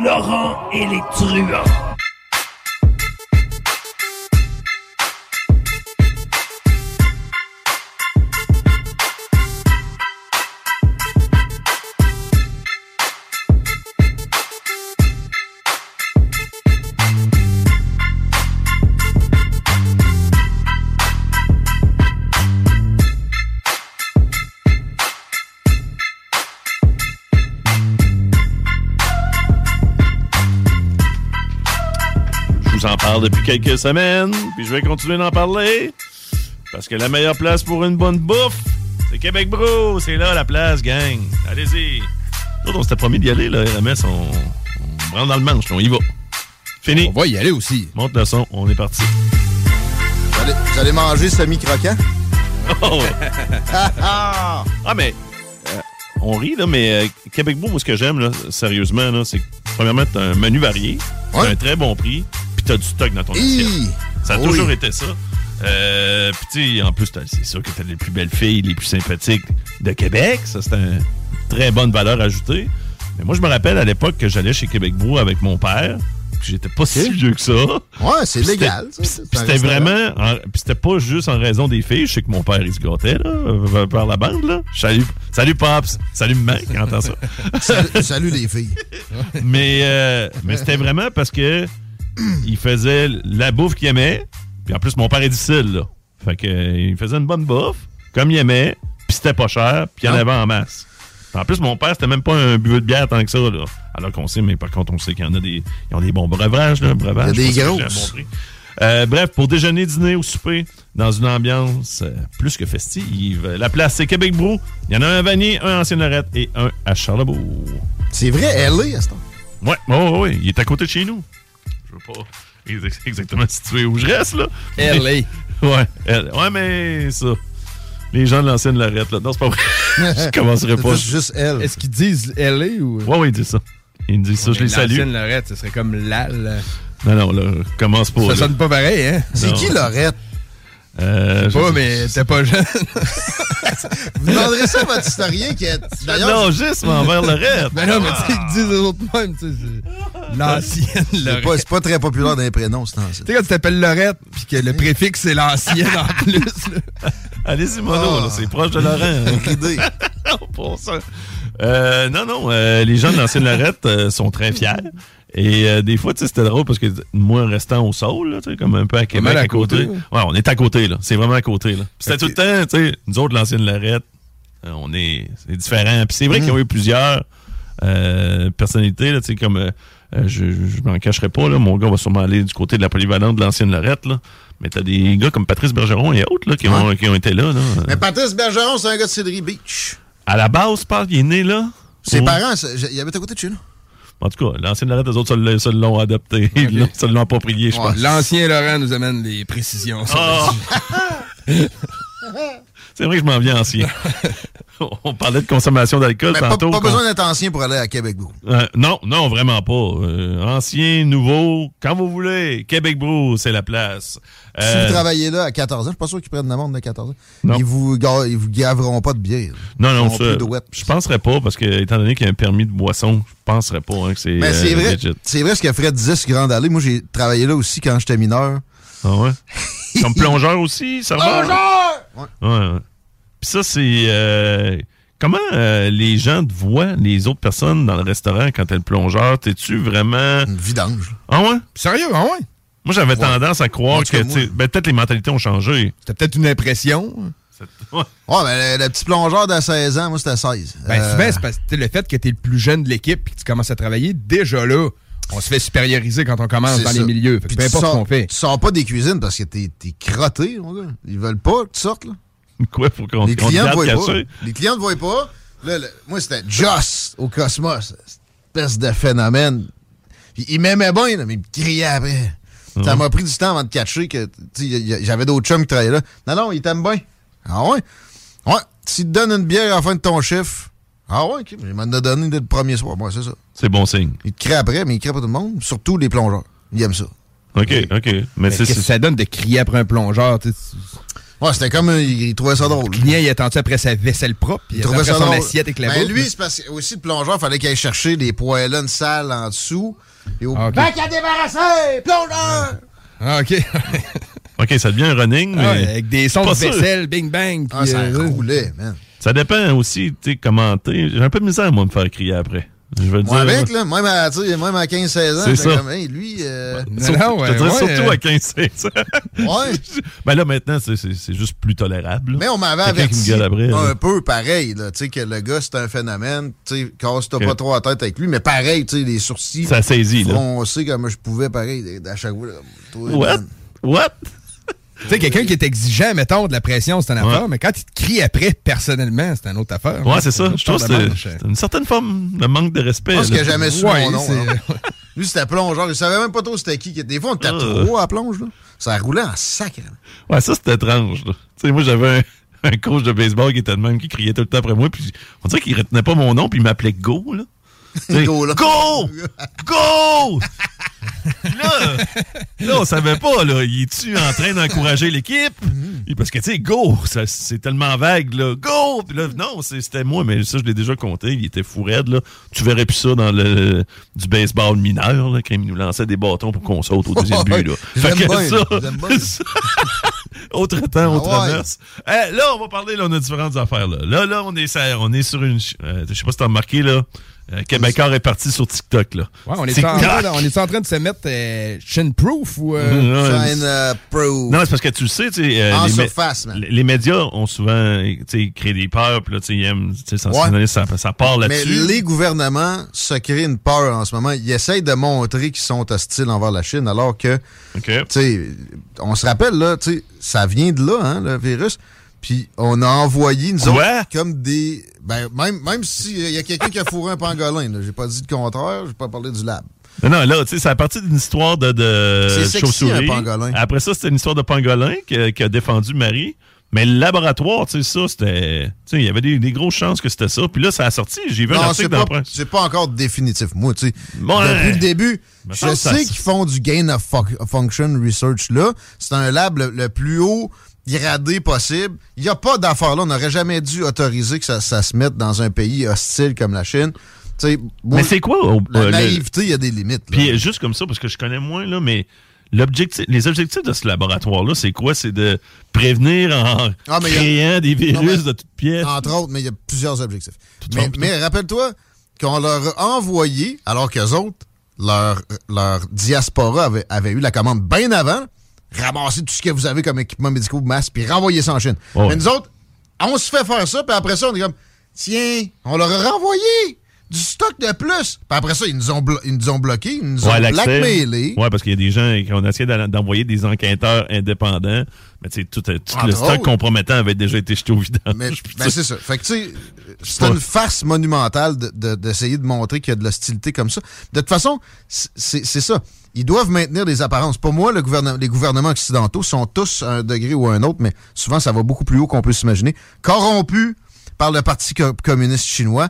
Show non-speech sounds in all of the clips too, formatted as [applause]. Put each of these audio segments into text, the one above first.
Laurent et les truands. Je vous en parle depuis quelques semaines, puis je vais continuer d'en parler. Parce que la meilleure place pour une bonne bouffe, c'est Québec Bro. C'est là la place, gang. Allez-y. Nous autres, on s'était promis d'y aller, là, RMS. On, on rentre dans le manche, là, on y va. Fini. On va y aller aussi. Monte le son, on est parti. [laughs] Vous allez, vous allez manger semi-croquant? Oh, ouais. ah, mais euh, on rit, là, mais euh, Québec Beau, moi, ce que j'aime, là, sérieusement, là, c'est que, premièrement, t'as un menu varié, t'as un très bon prix, puis t'as du stock dans ton Hi! assiette. Ça a Oui. toujours été ça. Euh, puis, tu sais, en plus, t'as- c'est sûr que t'as les plus belles filles, les plus sympathiques de Québec. Ça, c'est une très bonne valeur ajoutée. Mais moi, je me rappelle à l'époque que j'allais chez Québec Beau avec mon père, puis j'étais pas si vieux que ça. Ouais, c'est Puis légal, c'était- ça, Puis c'est puis un c'était restaurant. vraiment. en- puis c'était pas juste en raison des filles. Je sais que mon père, il se gâtait, là, euh, par la bande, là. Salut, salut Pops. Salut, mec, quand entend [laughs] ça. Salut, salut les filles. mais euh, mais c'était vraiment parce que il faisait la bouffe qu'il aimait. Puis en plus, mon père est difficile, là. Fait que, euh, il faisait une bonne bouffe, comme il aimait, puis c'était pas cher, puis Ah. il y en avait en masse. En plus, mon père, c'était même pas un buveur de bière tant que ça, là. Alors qu'on sait, mais par contre, on sait qu'il y en a des. Ils ont des bons breuvages, là. breuvages, Il y a des je sais pas si je l'ai grosses. montré. Euh, bref, pour déjeuner, dîner ou souper, dans une ambiance euh, plus que festive. La place, c'est Québec Brou. Il y en a un à Vanier, un à Ancienne Lorette et un à Charlebourg. C'est vrai, elle est, à ce temps. Ouais, oh, ouais, il est à côté de chez nous. Je veux pas ex- exactement situer où je reste, là. LA. Ouais, elle- ouais, mais ça. Les gens de l'ancienne l'arrêtent, là. Non, c'est pas vrai. je commencerai C'est pas. juste- juste elle. Est-ce qu'ils disent LA ou. Ouais, ouais, il dit ça. Il me dit ça, je les salue. L'ancienne Lorette, ce serait comme la. la- Non, non, là, commence pas. Ça là. sonne pas pareil, hein? C'est Non. qui Lorette? Euh, je Pas, sais- mais t'es pas jeune. [laughs] Vous demanderez ça à votre historien qui [laughs] est. Non, D'ailleurs, juste, mais envers le reste. Ben non, mais tu sais, ils disent eux autres même, tu sais. c'est L'ancienne c'est Lorette. pas, c'est pas très populaire dans les prénoms, ce temps-ci. Tu sais, quand tu t'appelles Lorette, puis que le préfixe c'est l'ancienne en plus, là. Allez-y, mono, Ah. là, c'est proche de Laurent. hein. Idée. [laughs] pour ça. Euh, non, non, euh, les gens de l'ancienne Lorette euh, sont très fiers. Et euh, des fois, tu sais, c'était drôle parce que moi, restant au sol, là, tu sais, comme un peu à Québec, mal à, à côté. côté. Ouais, on est à côté, là. C'est vraiment à côté, là. Puis c'était tout le temps, tu sais, nous autres, l'ancienne Lorette, euh, on est, c'est différent. Puis c'est vrai qu'ils ont eu plusieurs euh, personnalités, là, tu sais, comme, euh, euh, je, je, je m'en cacherai pas, là, mon gars va sûrement aller du côté de la polyvalente de l'ancienne Lorette, là. Mais t'as des gars comme Patrice Bergeron et autres, là, qui ont, qui ont été là, là. Mais Patrice Bergeron, c'est un gars de Céleri Beach. À la base, Paul, il est né, là. Ses Au- parents, c'est- ils habitent à côté de chez nous. En tout cas, l'ancienne Lorette, eux autres, ça l'a- ça l'ont adopté. Ah, Ils l'ont- ça l'ont approprié, je pense. L'ancien Laurent nous amène les précisions. sur le Ah! sujet. C'est vrai que je m'en viens [laughs] ancien. On parlait de consommation d'alcool Mais pas, tantôt. pas qu'on- besoin d'être ancien pour aller à Québec, vous. Euh, non, non, vraiment pas. Euh, ancien, nouveau, quand vous voulez. Québec Brou, c'est la place. Si Euh, vous travaillez là à 14 ans, je suis pas sûr qu'ils prennent l'amende de 14 ans. Non. Ils vous, ga- ils vous gaveront pas de bière. non, non, Ils ont ça, plus de wet. je penserais pas, parce que étant donné qu'il y a un permis de boisson, je penserais pas hein, que c'est Mais Ben, c'est euh, vrai, legit. c'est vrai ce que Fred disait sur Grande Allée. Moi, j'ai travaillé là aussi quand j'étais mineur. Ah [laughs] ouais? Comme plongeur aussi, serveur? Plongeur! Ouais. ouais. Puis ça, c'est euh, Comment euh, les gens te voient, les autres personnes dans le restaurant quand t'es le plongeur? T'es-tu vraiment. Une vidange. Ah ouais? Sérieux, ah Mm. ouais? Moi, j'avais tendance à En croire tout cas, que. tu sais, moi- ben, peut-être les mentalités ont changé. C'était peut-être une impression. Ouais. Ouais, ben, le, le petit plongeur de 16 ans, moi, c'était 16. Ben, Euh, souvent, c'est parce que tu sais, le fait que t'es le plus jeune de l'équipe et que tu commences à travailler, déjà là, on se fait supérioriser quand on commence c'est dans ça. les milieux. Fait que Puis peu tu importe sors- ce qu'on fait. Tu sors pas des cuisines parce que t'es es crotté, mon gars. Ils veulent pas que tu sortes, là. [laughs] Quoi, faut qu'on Les qu'on te clients ne garde voient caché? pas. Les clients ne voient pas. Là, le- moi, c'était Joss au Cosmos. Espèce de phénomène. Puis, il m'aimait bien, là, mais il me criait après. Ça m'a pris du temps avant de catcher que tu sais, y- y- j'avais d'autres chums qui travaillaient là. Non, non, il t'aime bien. Ah ouais? Ouais. S'il te donne une bière à la fin de ton chiffre. Ah ouais, ok. Il m'en a donné dès le premier soir. Ouais, c'est ça. C'est bon signe. Il te crie après, mais il crie pas tout le monde. Surtout les plongeurs. Il aime ça. OK, OK. Mais, Mais c'est. Qu'est-ce que c'est- ça donne de crier après un plongeur? tu sais, tu- Ouais, c'était comme. euh, Il, il trouvait ça drôle. Le client, il attendu après sa vaisselle propre, puis il, attendait trouvait ça après son drôle. assiette avec la Ben, bouche. lui, c'est parce que aussi le plongeur, fallait qu'il aille chercher des poêlons sales en dessous. Et au Ben, Ah, ok. bac à débarrasser, plongeur! Ah, [laughs] OK. OK, ça devient un running, mais. Ah, avec des sons de Pas sûr. vaisselle, bing bang. Ah, puis, ça euh, roulait, man. Ça dépend aussi, tu sais, commenter. J'ai un peu de misère, moi, de me faire crier après. Je veux Moi, dire. avec, là, même à, tu sais, même à 15-16 ans, C'est j'étais ça. comme, hey, lui, euh, non, Surtout- je non, te ouais, dirais ouais, surtout euh, à 15-16 ouais. [laughs] Ben là, maintenant, c'est- c'est c'est juste plus tolérable. là. Mais on m'avait Quelqu'un qui averti me gueule après, là. un peu pareil, là, tu sais, que le gars, c'est un phénomène, tu sais, casse-toi Ok. pas trop la tête avec lui, mais pareil, tu sais, les sourcils. Ça saisit, là. froncés comme je pouvais, pareil, à chaque fois, là, toi, What? man. What? Tu sais, quelqu'un qui est exigeant, mettons, de la pression, c'est une Ouais. affaire, mais quand il te crie après, personnellement, c'est une autre affaire. Ouais, c'est ça. une autre Je trouve que paire de c'est- manches. c'est une certaine forme de manque de respect. Parce là. hein. que jamais su Ouais, mon nom. c'est- là. [laughs] Lui, c'était plongeur. Il savait même pas trop c'était qui. Des fois, on était Euh. trop à la plonge. Là. Ça roulait en sac. hein. là. Ouais, ça, c'était étrange. là. Tu sais, moi, j'avais un, un coach de baseball qui était le même, qui criait tout le temps après moi, puis on dirait qu'il retenait pas mon nom, puis il m'appelait Go, là. Tu sais, Go, là. Go! Go! là, là, on savait pas, là. Il est-tu en train d'encourager l'équipe? Mm-hmm. Et Parce que, tu sais, Go, ça, c'est tellement vague, là. Go! Puis là, non, c'est- c'était moi, mais ça, je l'ai déjà compté. Il était fou raide, là. Tu verrais plus ça dans le du baseball mineur, là, quand il nous lançait des bâtons pour qu'on saute au [laughs] deuxième but, là. Je Fait l'aime que bien, ça- je l'aime [laughs] bien. ça- autre temps, autre Ah ouais. mœurs. Eh, là, on va parler, là, on a différentes affaires. Là, là, là, on, est, sur- on est sur une... ch- euh, je sais pas si t'as remarqué, là, euh, Québécois est parti sur TikTok. Là. Ouais, on est, TikTok. en, on est en train de se mettre euh, shin-proof ou... euh, Ouais, ouais. Shine, euh, pro. Non, c'est parce que tu le sais, tu sais, euh, En les, mé- surface, man. les- les médias ont souvent tu sais, créé des peurs, puis là, tu sais, ils aiment tu sais, sensationaliser, ça, ça part Mais là-dessus. les gouvernements se créent une peur en ce moment. Ils essayent de montrer qu'ils sont hostiles envers la Chine, alors que, OK. tu sais, on se rappelle, là, tu sais, ça vient de là, hein, le virus. Puis on a envoyé, nous Quoi? autres, comme des... Ben, même même s'il y a quelqu'un qui a fourré un pangolin, là, j'ai pas dit le contraire, j'ai pas parlé du lab. Non, non, là, tu sais, c'est à partir d'une histoire de, de C'est sexy, chauve-souris. un pangolin. Après ça, c'était une histoire de pangolin que- qu'a défendu Marie. Mais le laboratoire, tu sais, ça, c'était. Tu sais, il y avait des, des grosses chances que c'était ça. Puis là, ça a sorti. J'ai vu un Non, article c'est dans pas, le Prince. c'est pas encore définitif. Moi, tu sais, Bon, depuis hein. le début, Me je semble que ça- sais qu'ils font du gain of fuc- function research là. C'est un lab le, le plus haut gradé possible. Il n'y a pas d'affaire là. On n'aurait jamais dû autoriser que ça, ça se mette dans un pays hostile comme la Chine. Tu sais, moi, Mais c'est quoi? au- la euh, le- naïveté, il y a des limites. là. Puis euh, juste comme ça, parce que je connais moins, là, mais l'objectif, les objectifs de ce laboratoire-là, c'est quoi? C'est de prévenir en Ah, mais y a- créant des virus Non, mais- de toutes pièces. Entre autres, mais il y a plusieurs objectifs. Tout Mais, fort, tout. mais rappelle-toi qu'on leur a envoyé, alors qu'eux autres, leur, leur diaspora avait, avait eu la commande bien avant, ramasser tout ce que vous avez comme équipement médical, masque, puis renvoyer ça en Chine. Ouais. Mais nous autres, on se fait faire ça, puis après ça, on est comme, tiens, on leur a renvoyé du stock de plus. Puis après ça, ils nous ont, blo- ils nous ont bloqués, ils nous ont blackmailés. Ouais, parce qu'il y a des gens qui ont essayé d'en- d'envoyer des enquêteurs indépendants, mais tu sais, tout, euh, tout Entre le stock autres. compromettant avait déjà été jeté au vidange. Ah, Mais Puis ben, ça- c'est ça. Fait que tu sais, c'est une farce monumentale de- de- d'essayer de, montrer qu'il y a de l'hostilité comme ça. De toute façon, c'est- c'est c'est ça. Ils doivent maintenir des apparences. Pour moi, le gouvernement, les gouvernements occidentaux sont tous à un degré ou à un autre, mais souvent ça va beaucoup plus haut qu'on peut s'imaginer. Corrompus par le Parti co- communiste chinois.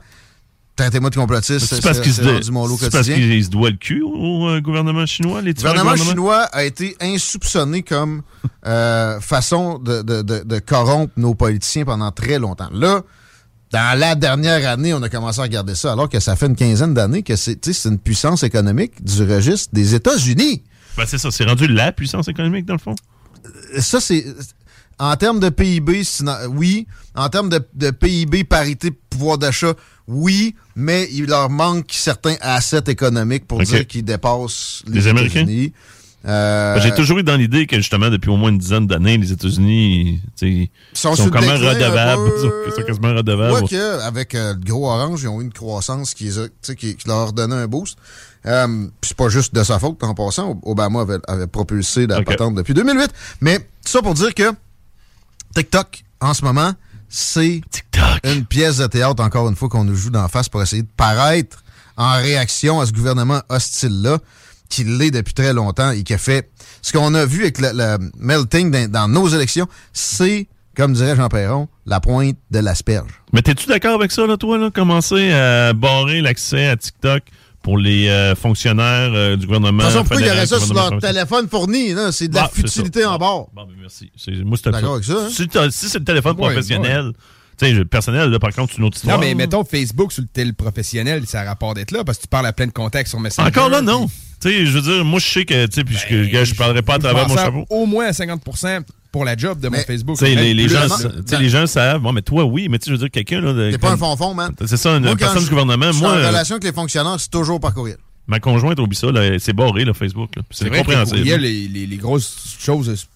Traitez-moi de complotiste. c'est c'est- parce qu'ils c'est se, rendu mon lot de- c'est parce quotidien. qu'ils se doivent le cul au, au, euh, gouvernement chinois, les Le différents gouvernement gouvernements? chinois a été insoupçonné comme euh, [laughs] façon de, de- de- de corrompre nos politiciens pendant très longtemps. Là, dans la dernière année, on a commencé à regarder ça, alors que ça fait une quinzaine d'années que c'est tu sais, c'est une puissance économique du registre des États-Unis. Ben, c'est ça, c'est rendu la puissance économique, dans le fond. Ça, c'est. En termes de PIB, sinon- oui. En termes de, de PIB, parité, pouvoir d'achat, oui. Mais il leur manque certains assets économiques pour Ok. dire qu'ils dépassent les, Les Américains? États-Unis. Euh, J'ai toujours eu dans l'idée que, justement, depuis au moins une dizaine d'années, les États-Unis tu sais, sont sont, sur le comme déclin un redevables. peu. sont- Ils sont quasiment redevables. Quoi que, avec euh, le gros orange, ils ont eu une croissance qui, les a- tu sais, qui- qui leur donnait un boost. Euh, Puis c'est pas juste de sa faute, en passant. Obama avait, avait propulsé la Ok. patente depuis 2008. Mais ça pour dire que TikTok, en ce moment, c'est TikTok. une pièce de théâtre, encore une fois, qu'on nous joue d'en face pour essayer de paraître en réaction à ce gouvernement hostile-là, qui l'est depuis très longtemps et qui a fait ce qu'on a vu avec le, le melting dans, dans nos élections, c'est, comme dirait Jean Perron, la pointe de l'asperge. Mais t'es-tu d'accord avec ça, là, toi, là? Commencer à barrer l'accès à TikTok pour les euh, fonctionnaires euh, du gouvernement. De toute façon, pourquoi ils fédéral, auraient ça sur leur gouvernement provincial? téléphone fourni? là? C'est de la Ah, c'est futilité ça. en bord. Bon, ben, merci. C'est- Moi, c'est D'accord avec ça, hein? Si, t'as- si c'est le téléphone Ouais, professionnel, tu sais, le personnel, là, par contre, c'est une autre Non, histoire. mais mettons Facebook sur le tel professionnel, ça a rapport d'être là parce que tu parles à plein de contacts sur Messenger. Encore là, non. puis- Tu sais, je veux dire, moi, je sais que, tu sais, puis je- je, Ben, je parlerai pas à Je travers mon pense à chapeau. Au moins à 50 pour la job de mon Mais- Facebook. Tu sais, les, les Même gens, plus, sa- là. tu sais, les gens savent. Bon, mais toi, oui, mais tu sais, je veux dire, quelqu'un, là. de- T'es pas un comme- fonfon, man. C'est ça, une Moi, quand personne je- du gouvernement. je suis Moi, en euh, relation avec les fonctionnaires, c'est toujours par courriel. ma conjointe oublie ça, là, c'est barré, là, Facebook. là. C'est C'est vrai que le compréhensible. courriel, les, les- les grosses choses euh, se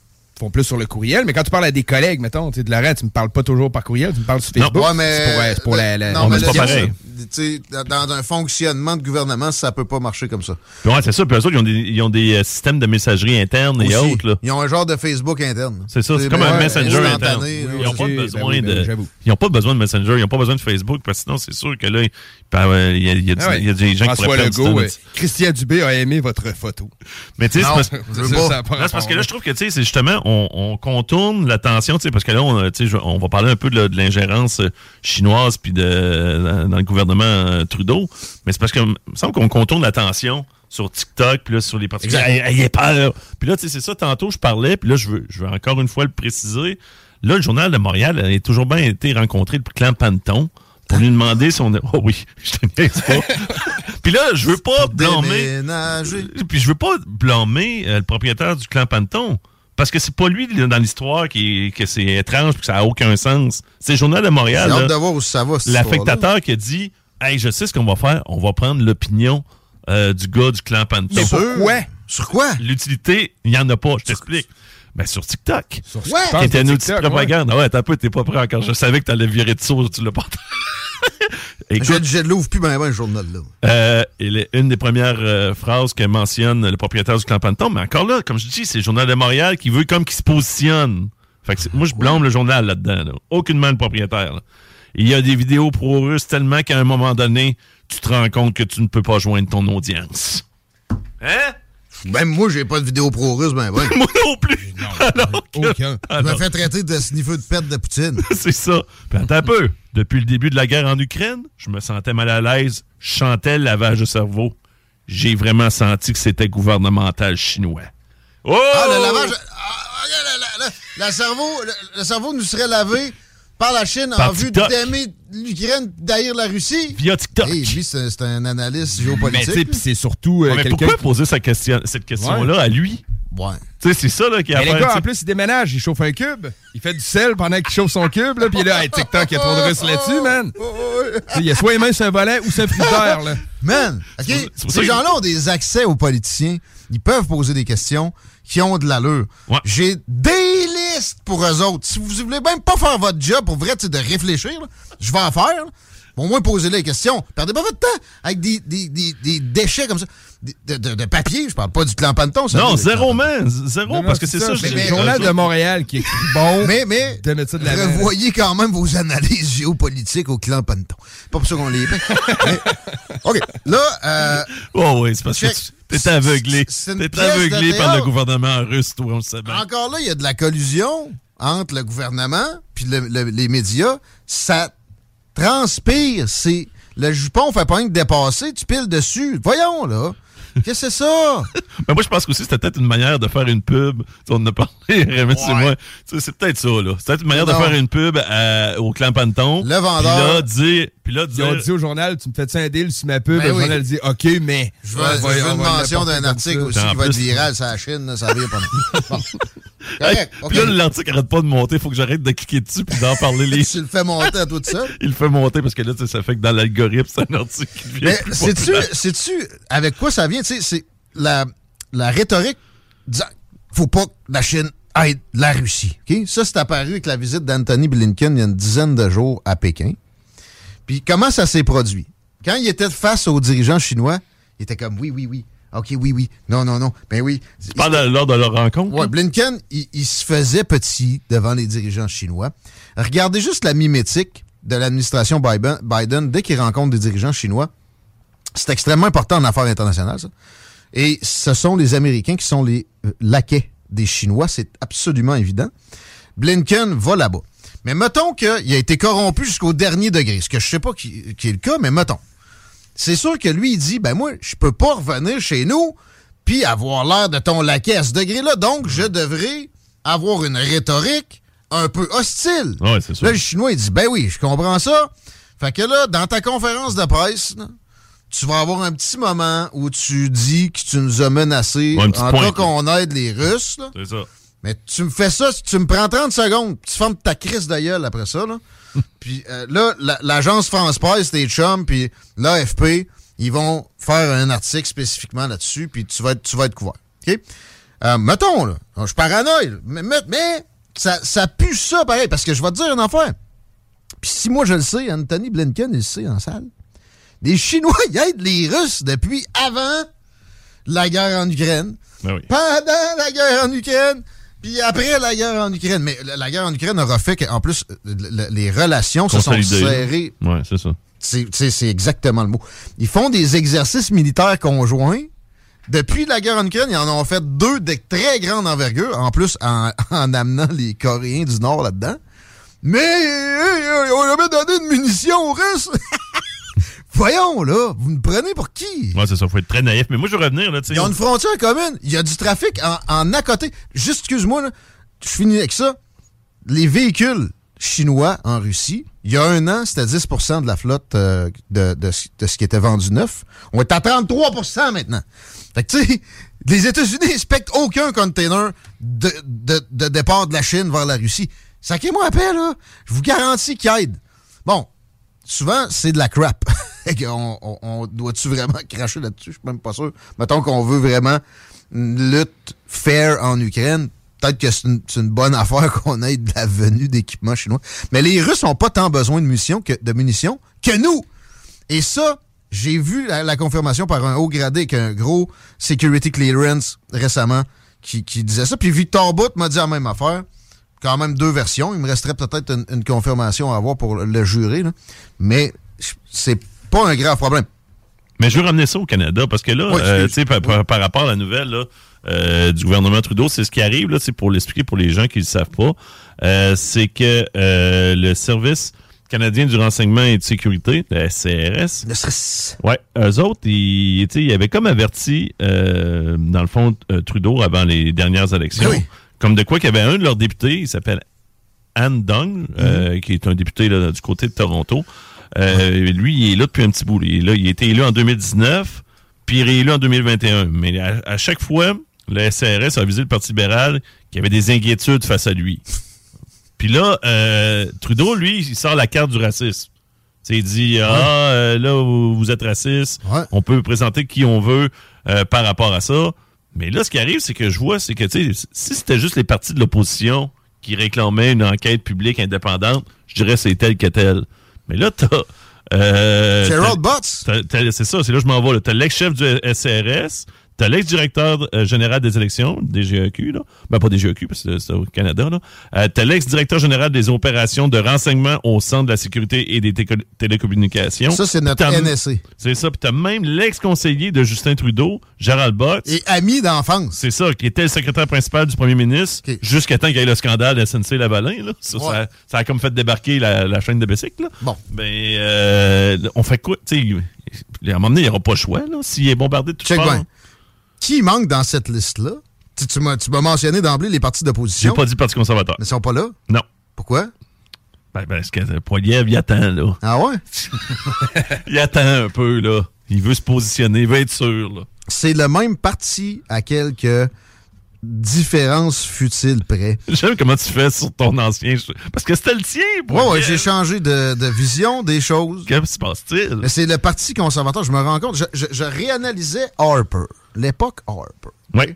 font plus sur le courriel, mais quand tu parles à des collègues, mettons, tu sais, de Laurent, tu me parles pas toujours par courriel, tu me parles sur Non. Facebook. Ouais, mais. ben, C'est pour, euh, c'est pour la, la- Non, mais la- c'est pas la- pareil. tu sais, dans- dans un fonctionnement de gouvernement, ça peut pas marcher comme ça. Puis Ouais, c'est ça. Puis eux autres, ils ont des, ils ont des euh, systèmes de messagerie interne et Aussi, autres. Là. Ils ont un genre de Facebook interne. C'est ça, c'est comme bien un ouais, messenger interne. instantané, là, Ils n'ont c'est pas oui, ben besoin oui, ben de. j'avoue. ils n'ont pas besoin de messenger, ils n'ont pas besoin de Facebook, parce que sinon, c'est sûr que là, il par- euh, il y a, il y a du- Ah ouais. il y a des gens qui François pourraient perdre du temps Legault, euh, là-dessus. Christian Dubé a aimé votre photo. Mais tu sais, c'est Non, parce- je [laughs] C'est veux ça, pas. ça a pas Là, c'est parce rapport, que là, là. je trouve que, tu sais, c'est justement, on, on contourne l'attention, tu sais, parce que là, on, euh, tu sais, je- on va parler un peu de, la- de l'ingérence euh, chinoise puis de, dans, dans le gouvernement euh, Trudeau, mais c'est parce que, il me semble qu'on contourne l'attention sur TikTok, puis là, sur les particuliers. Ayez ayez peur! Puis là, tu sais, c'est ça, tantôt, je parlais, puis là, je veux, je veux encore une fois le préciser. Là, le journal de Montréal a toujours bien été rencontré le clan Panton pour lui demander si on... [laughs] Oh oui, je te niaise pas. [laughs] puis là, je veux pas blâmer... Déménager. Puis je veux pas blâmer euh, le propriétaire du clan Panton. Parce que c'est pas lui là, dans l'histoire qui que c'est étrange puis que ça a aucun sens. C'est le journal de J'ai Montréal. hâte de là, voir où ça va. cette histoire-là. L'affectateur qui a dit Hey, je sais ce qu'on va faire, on va prendre l'opinion euh, du gars du clan Panton. Mais Sur- [laughs] pourquoi? Sur quoi? L'utilité, il n'y en a pas, je t'explique. Ben, sur TikTok. Sur Ouais. je pense Qui était que un outil de TikTok, ouais. propagande. Ah Ouais, t'as un peu, t'es pas prêt encore. Je savais que t'allais virer de source, tu l'as pas Je, Écoute, je l'ouvre plus ben ben le journal là. Euh, et les- une des premières euh, phrases que mentionne le propriétaire du clan Panton, mais encore là, comme je dis, c'est le journal de Montréal qui veut comme qu'il se positionne. Fait que c'est- moi, je blâme le journal là-dedans. Là. Aucunement le propriétaire. là. Il y a des vidéos pro-russes tellement qu'à un moment donné, tu te rends compte que tu ne peux pas joindre ton audience. [laughs] Hein? Même Ben, moi, j'ai pas de vidéo pro-russe, ben ben. Moi non plus! Alors que- Aucun. Ah, Je me fais traiter de sniffeux de pète de Poutine. c'est ça. Puis attends un peu. Depuis le début de la guerre en Ukraine, je me sentais mal à l'aise. Je chantais le lavage de cerveau. J'ai vraiment senti que c'était gouvernemental chinois. Oh! Ah, le lavage. Ah, regarde, la, la- la- le cerveau, le, le cerveau nous serait lavé par la Chine Par en vue TikTok. d'aimer l'Ukraine, d'ailleurs la Russie. Via TikTok. Hey, lui, c'est c'est un analyste Mais tu sais, géopolitique. puis c'est surtout euh, Ouais, mais quelqu'un pourquoi qui- poser sa question, cette question-là à lui? Ouais. Tu sais, c'est ça là, qui a Mais les affaire, gars, tu en sais. plus, il déménage, il chauffe un cube, il fait du sel pendant qu'il chauffe son cube, là, puis là, hey, TikTok, il y a trop de Russes là-dessus, man. Oh, Tu sais, Il y a soit les mains sur un volet ou sur un frigidaire, là. Man, pour- OK? c'est pour ça Ces que- gens-là ont des accès aux politiciens. Ils peuvent poser des questions qui ont de l'allure. Ouais. J'ai des listes pour eux autres. Si vous voulez même pas faire votre job, pour vrai, c'est de réfléchir, là, je vais en faire. là. Au moins, posez les questions. Perdez pas votre temps avec des, des- des- des déchets comme ça. Des- De, de- de papier, je parle pas du clan Panton. ça, Non, le zéro clan- man, z- zéro, Non, non, parce que c'est ça. je c'est dis- le mais- journal de Montréal qui écrit bon. Mais, mais, De mettre ça de l'avant. revoyez quand même vos analyses géopolitiques au clan Panton. Pas pour ça [laughs] qu'on les paie. Mais- OK, là... euh, Oh oui, c'est parce Check. que tu- t'es aveuglé. C'est une T'es pièce de aveuglé par le théâtre. gouvernement russe, toi, on le sait bien. Encore là, il y a de la collusion entre le gouvernement puis le- le- les médias. Ça transpire. C'est le jupon fait pas rien que dépasser. Tu piles dessus. Voyons là. Qu'est-ce que c'est ça? Mais moi, je pense que c'était peut-être une manière de faire une pub. Tu sais, on en a parlé, [laughs] Rémi, c'est moi. Tu sais, c'est peut-être ça, là. C'est peut-être une manière Non. de faire une pub à- au clan Panton. Le vendeur. Puis là, dire. Puis là, Ils ont dire. dit au journal, tu me fais-tu un deal sur ma pub? Ben le oui. journal dit, OK, mais. Je on va- veux, je veux on une va mention l'apporter d'un comme article ça. aussi En qui va être plus- viral sur la Chine, là, ça vient pas. Bon. Correct. Puis là, ok. l'article arrête pas de monter. Faut que j'arrête de cliquer dessus puis d'en parler [laughs] les. Tu le fais monter à toi tout seul. [laughs] Il le fait monter parce que là, tu sais, ça fait que dans l'algorithme, c'est un article qui devient. Mais plus sais-tu, populaire. sais-tu avec quoi ça vient? Tu sais, c'est la, la rhétorique disant faut pas que la Chine aide la Russie. OK? Ça, c'est apparu avec la visite d'Anthony Blinken il y a une dizaine de jours à Pékin. Puis comment ça s'est produit? Quand il était face aux dirigeants chinois, il était comme oui, oui, oui. OK, oui, oui. Non, non, non. Ben oui. Tu parles de- lors de leur rencontre. Ouais, Blinken, il, il se faisait petit devant les dirigeants chinois. Regardez juste la mimétique de l'administration Biden, Biden dès qu'il rencontre des dirigeants chinois. C'est extrêmement important en affaires internationales, ça. Et ce sont les Américains qui sont les euh, laquais des Chinois, c'est absolument évident. Blinken va là-bas. Mais mettons qu'il a été corrompu jusqu'au dernier degré, ce que je sais pas qui, qui est le cas, mais mettons. C'est sûr que lui, il dit, ben moi, je peux pas revenir chez nous puis avoir l'air de ton laquais à ce degré-là, donc je devrais avoir une rhétorique un peu hostile. Ouais, c'est sûr. Là, le Chinois, il dit, ben oui, je comprends ça. Fait que là, dans ta conférence de presse, là, tu vas avoir un petit moment où tu dis que tu nous as menacés Ouais, en une petite cas pointe, qu'on aide les Russes. là. C'est ça. Mais tu me fais ça, si tu me prends 30 secondes, tu fermes ta crise de gueule après ça. Là. puis euh, là, la- l'agence France Presse, tes chums, puis l'AFP, ils vont faire un article spécifiquement là-dessus, puis tu vas être, tu vas être couvert. OK? Euh, mettons, là, je suis paranoïe, là, mais, mais, mais ça, ça pue ça pareil, parce que je vais te dire une affaire. Puis si moi je le sais, Anthony Blinken, il le sait en salle. Les Chinois, [laughs] ils aident les Russes depuis avant la guerre en Ukraine Ben oui. pendant la guerre en Ukraine, puis après la guerre en Ukraine. Mais la, la guerre en Ukraine aura fait qu'en plus, euh, le- le- les relations se sont Consolidé. serrées. Ouais, c'est ça. C'est- C'est c'est exactement le mot. Ils font des exercices militaires conjoints. Depuis la guerre en Ukraine, ils en ont fait deux de très grande envergure, en plus en, [laughs] en amenant les Coréens du Nord là-dedans. Mais euh, euh, on leur a donné de munitions aux Russes. [laughs] Voyons, là, vous me prenez pour qui? Ouais, c'est ça. Faut être très naïf. Mais moi, je veux revenir, là, tu sais. Ils ont une frontière commune. Il y a du trafic en, en à côté. Juste, excuse-moi, là, je finis avec ça. Les véhicules chinois en Russie, il y a un an, c'était 10 de la flotte euh, de, de ce- de ce qui était vendu neuf. On est à 33 maintenant. Fait que, tu sais, les États-Unis [laughs] respectent aucun container de, de- de départ de la Chine vers la Russie. Sacrez-moi la paix, là. Je vous garantis qu'ils aident. Bon, souvent, c'est de la crap. [laughs] Fait qu'on- on on doit-tu vraiment cracher là-dessus? Je suis même pas sûr. Mettons qu'on veut vraiment une lutte fair en Ukraine. Peut-être que c'est une, c'est une bonne affaire [laughs] qu'on ait de la venue d'équipements chinois. Mais les Russes n'ont pas tant besoin de munitions que, de munitions que nous. Et ça, j'ai vu la, la confirmation par un haut gradé avec un gros security clearance récemment qui, qui disait ça. Puis Victor Bout m'a dit la même affaire. Quand même deux versions. Il me resterait peut-être une, une confirmation à avoir pour le, le jury. là. Mais je- c'est pas un grave problème. Mais je veux ramener ça au Canada parce que là, Ouais, euh, tu excuse. sais, par, par- par rapport à la nouvelle là, euh, du gouvernement Trudeau, c'est ce qui arrive là, c'est pour l'expliquer pour les gens qui ne le savent pas, euh, c'est que euh, le service canadien du renseignement et de sécurité, le SCRS, Le stress. Ouais, eux autres, ils, tu sais, ils avaient comme averti, euh, dans le fond, euh, Trudeau avant les dernières élections, Oui. comme de quoi qu'il y avait un de leurs députés, il s'appelle Anne Dong, euh, qui est un député là, du côté de Toronto. Euh, Lui, il est là depuis un petit bout. Il, est là, il a été élu en 2019, puis réélu en 2021. Mais à, à chaque fois, le SRS a visé le Parti libéral qui avait des inquiétudes face à lui. Puis là, euh, Trudeau, lui, il sort la carte du racisme. Tu sais, il dit Ah, euh, là, vous, vous êtes raciste. Ouais. On peut présenter qui on veut euh, par rapport à ça. Mais là, ce qui arrive, c'est que je vois, c'est que tu sais, si c'était juste les partis de l'opposition qui réclamaient une enquête publique indépendante, je dirais c'est tel que tel. Mais là, t'as. euh, Gerald t'as- Butts. t'as- t'as- C'est ça, c'est là que je m'en vais. là. T'as l'ex-chef du SRS, t'as l'ex-directeur euh, général des élections, DGEQ, là. Ben, pas DGEQ, parce que c'est- c'est au Canada, là. Euh, t'as l'ex-directeur général des opérations de renseignement au Centre de la sécurité et des téco- télécommunications. Ça, c'est notre T'as- NSC. C'est ça. Puis t'as même l'ex-conseiller de Justin Trudeau, Gérald Bott. Et ami d'enfance. C'est ça, qui était le secrétaire principal du premier ministre Ok. jusqu'à temps qu'il y ait le scandale de SNC Lavalin. Là. Ça, Ouais. ça, ça a comme fait débarquer la, la chaîne de Bessic. Là. Bon. Ben, euh, on fait quoi? Tu sais, à un moment donné, il n'y aura pas le choix, là, s'il est bombardé de toutes Check parts. bien. Qui manque dans cette liste-là? Tu, tu m'as tu m'as mentionné d'emblée les partis J'ai d'opposition. pas dit Parti conservateur. Mais ils sont pas là. Non. Pourquoi? Ben, ben, parce que euh, Poiliev, il attend, là. Ah ouais? Il attend un peu, là. Il veut se positionner, il veut être sûr, là. C'est le même parti à quelques différences futiles près. J'aime comment tu fais sur ton ancien. ch- Parce que c'était le tien, Ouais, ouais, Poiliev. j'ai changé de, de vision des choses. Qu'est-ce qui se passe-t-il? Mais c'est le Parti conservateur, je me rends compte. Je, je- je réanalysais Harper, l'époque Harper. Oui.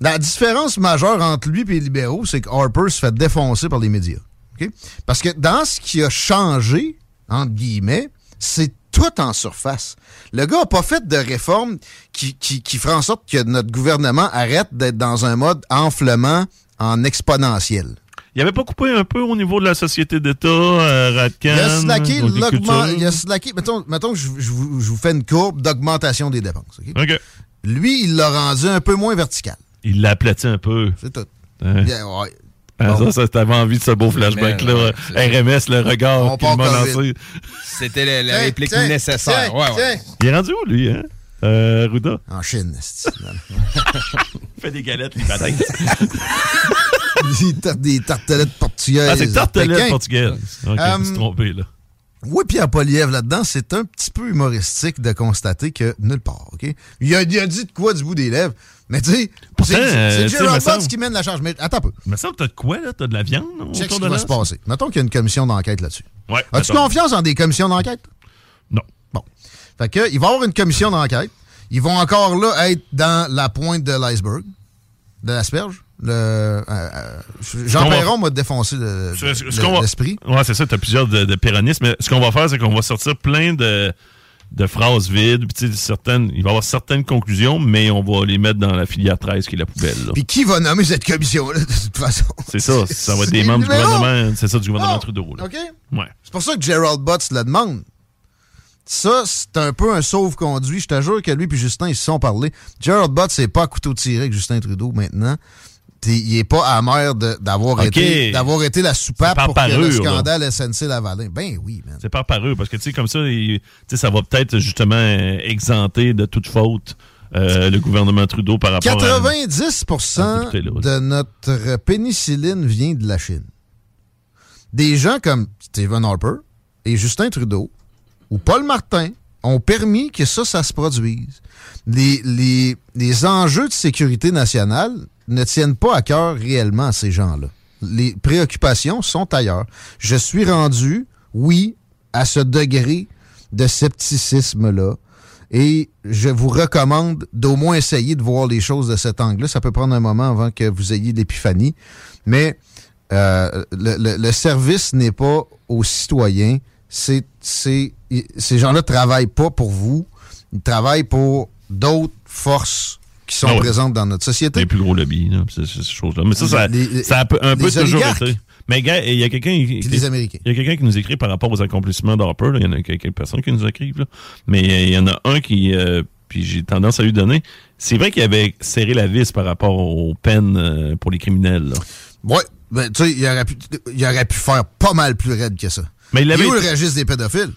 La différence majeure entre lui et les libéraux, c'est que Harper se fait défoncer par les médias. OK? Parce que dans ce qui a changé, entre guillemets, c'est tout en surface. Le gars n'a pas fait de réforme qui, qui, qui ferait en sorte que notre gouvernement arrête d'être dans un mode enflement en exponentiel. Il avait pas coupé un peu au niveau de la société d'État, euh, Radcan, Il a slacké l'augment- l'agriculture? il a slacké- Mettons, mettons que je, je vous, je vous fais une courbe d'augmentation des dépenses. OK? OK. Lui, il l'a rendu un peu moins vertical. Il l'aplatit un peu. C'est tout. Hein? Bien, ouais. Ah, Bon. Ça, ça t'avais envie de ce beau flashback-là. RMS, le On regard qu'il part m'a comme lancé. C'était la, la Tiens, réplique tiens, nécessaire. tiens, ouais, ouais. tiens. Il est rendu où, lui, hein? Euh, Ruda? En Chine. c'est- Il fait des galettes, les patates. [laughs] des, tar- des tartelettes portugaises. ah, c'est tartelette Pékin. portugaise. Ok, je me suis Euh, trompé, là. Oui, Pierre Poliev, là-dedans, c'est un petit peu humoristique de constater que nulle part, OK? Il a, il a dit de quoi du bout des lèvres, mais tu sais, c'est- euh, c'est tu sais, me Gerald Butts semble- qui mène la charge. Mais attends un peu, Mais ça, t'as de quoi, là? T'as de la viande non, check ce autour qui de va là? se passer. Mettons qu'il y a une commission d'enquête là-dessus. Ouais, As-tu attends. confiance en des commissions d'enquête? Non. Bon. Fait que, il va y avoir une commission d'enquête. Ils vont encore là être dans la pointe de l'iceberg, de l'asperge. Le, euh, euh, Jean qu'on va- Perron m'a défoncé le- Ce- ce- ce qu'on le- va- l'esprit. Ouais, c'est ça, t'as plusieurs de, de péronistes, mais ce qu'on va faire, c'est qu'on va sortir plein de, de phrases vides, puis tu sais, certaines, il va y avoir certaines conclusions, mais on va les mettre dans la filière 13 qui est la poubelle, là. Puis qui va nommer cette commission-là, de toute façon? C'est ça, ça va être C'est des membres du numéro- gouvernement, c'est ça, du gouvernement Ah, Trudeau, là. OK. Ouais. C'est pour ça que Gerald Butts le demande. Ça, c'est un peu un sauve-conduit. Je te jure que lui et Justin, ils se sont parlé. Gerald Butts, c'est pas à couteau tiré avec Justin Trudeau maintenant. T'es- Il est pas amer de- d'avoir OK. été, d'avoir été la soupape C'est par pour que le parure, là. scandale SNC-Lavalin. Ben oui, man. C'est par pareux, parce que, tu sais, comme ça, il- tu sais, ça va peut-être, justement, euh, exempter de toute faute euh, le gouvernement Trudeau par rapport à... 90 Ah, c'est député, là, ouais. de notre pénicilline vient de la Chine. Des gens comme Stephen Harper et Justin Trudeau ou Paul Martin ont permis que ça, ça se produise. Les, les, les enjeux de sécurité nationale ne tiennent pas à cœur réellement à ces gens-là. Les préoccupations sont ailleurs. Je suis rendu, oui, à ce degré de scepticisme-là. Et je vous recommande d'au moins essayer de voir les choses de cet angle-là. Ça peut prendre un moment avant que vous ayez l'épiphanie. Mais euh, le, le- le service n'est pas aux citoyens. C'est, c'est- i- ces gens-là travaillent pas pour vous. Ils travaillent pour d'autres forces qui sont Ah ouais. présentes dans notre société. les plus gros lobbies, là, pis ces, ces choses-là. Mais ça, ça, Les- les- ça a un peu- un peu les toujours oligarques. été. Mais gars, il y a quelqu'un. Il Puis les Américains. y a quelqu'un qui nous écrit par rapport aux accomplissements d'Harper. là. Il y en a quelques personnes qui nous écrivent. Là. Mais euh, il y en a un qui. euh, puis j'ai tendance à lui donner. C'est vrai qu'il avait serré la vis par rapport aux peines euh, pour les criminels. là. Ouais. Ben, tu sais, il aurait, pu, il aurait pu faire pas mal plus raide que ça. Mais il Il y a l'avait- eu le registre des pédophiles.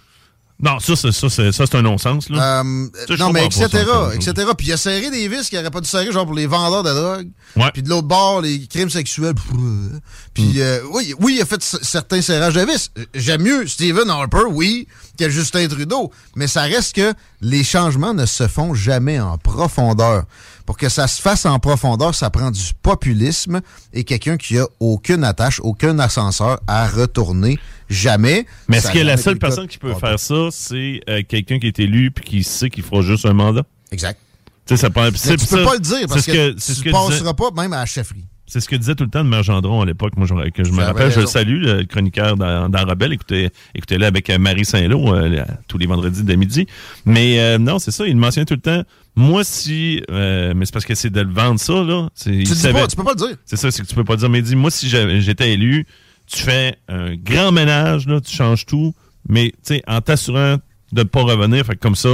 Non, ça, c'est- ça, c'est- ça, c'est un non-sens. là. Euh, Ça, je non, mais comprends pas etc., ça encore etc. aujourd'hui. Puis il a serré des vis qu'il n'aurait pas dû serrer, genre pour les vendeurs de drogue. Ouais. Hmm. Puis de l'autre bord, les crimes sexuels. pff, euh. Puis euh, oui, oui, il a fait c- certains serrages de vis. J'aime mieux Stephen Harper, oui, que Justin Trudeau. Mais ça reste que les changements ne se font jamais en profondeur. Pour que ça se fasse en profondeur, ça prend du populisme et quelqu'un qui a aucune attache, aucun ascenseur à retourner. Jamais. Mais Ça est-ce que a la jamais seule été le cas personne de qui peut Harper. faire ça, c'est euh, quelqu'un qui est élu puis qui sait qu'il fera juste un mandat? Exact. Tu sais, ça prend. Mais tu peux pas le dire parce que, c'est ce que tu disait- passeras pas même à la chefferie. C'est ce que disait tout le temps de Mère Gendron à l'époque, moi je- que je me Ça avait rappelle. Je le raison. salue, le chroniqueur dans, dans Rebelle. Écoutez, écoutez-le avec euh, Marie Saint-Lô euh, là, tous les vendredis de midi. Mais euh, non, c'est ça, il mentionne tout le temps. Moi, si. euh, mais c'est parce que c'est de le vendre ça, là. c'est- il Tu le dis savait. pas, tu peux pas le dire. C'est ça, c'est que tu peux pas dire. Mais dis, moi, si j'a- j'étais élu, tu fais un grand ménage, là, tu changes tout, mais tu sais, en t'assurant de ne pas revenir, fait que comme ça.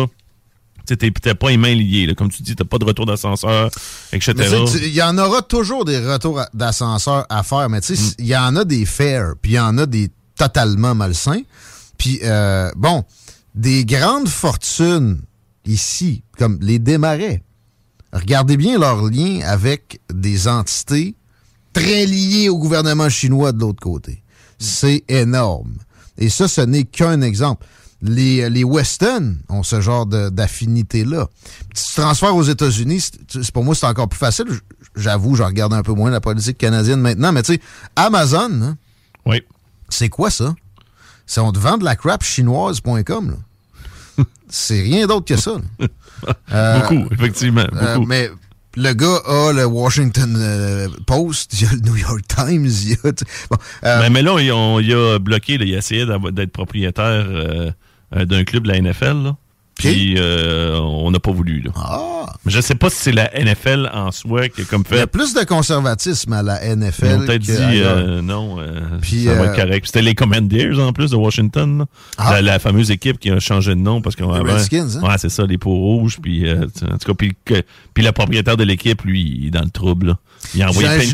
Tu sais, t'es t'es pas les mains liées. là. Comme tu dis, t'as pas de retour d'ascenseur, etc. Mais tu sais, tu- Il y en aura toujours des retours à- d'ascenseur à faire, mais tu Mm. sais, il y en a des fairs, puis il y en a des totalement malsains. Puis, euh, bon, des grandes fortunes ici, comme les démarrais. Regardez bien leurs liens avec des entités très liées au gouvernement chinois de l'autre côté. C'est énorme. Et ça, ce n'est qu'un exemple. Les, les Weston ont ce genre de- d'affinité-là. Puis Tu te transfères aux États-Unis, c'est- c'est- pour moi, c'est encore plus facile. J- J'avoue, j'en regarde un peu moins la politique canadienne maintenant, mais tu sais, Amazon, hein, Oui. c'est quoi ça? C'est on te vend de la crap chinoise.com. là. [laughs] C'est rien d'autre que ça. là. Euh, beaucoup, effectivement. [laughs] euh, beaucoup. mais le gars a le Washington euh, Post, il y a le New York Times, il y a. tu- bon, euh, Ben, mais là, il- on- il a bloqué, là, il a essayé d'av- d'être propriétaire euh, euh, d'un club de la NFL. là. Puis euh, on n'a pas voulu. Là. ah, Mais Je sais pas si c'est la NFL en soi qui a comme il y a fait. plus de conservatisme à la Ils ont NFL. peut-être que dit ailleurs. euh, non, euh, Puis, ça va euh, être correct. Puis C'était les Commanders en plus de Washington, là. Ah. la, la fameuse équipe qui a changé de nom parce qu'on Les Redskins, hein? Ouais, c'est ça, les peaux rouges. Puis euh, tu- en tout cas, puis, que- puis le propriétaire de l'équipe, lui, il est dans le trouble. là. Il a envoyé J'ai- plein de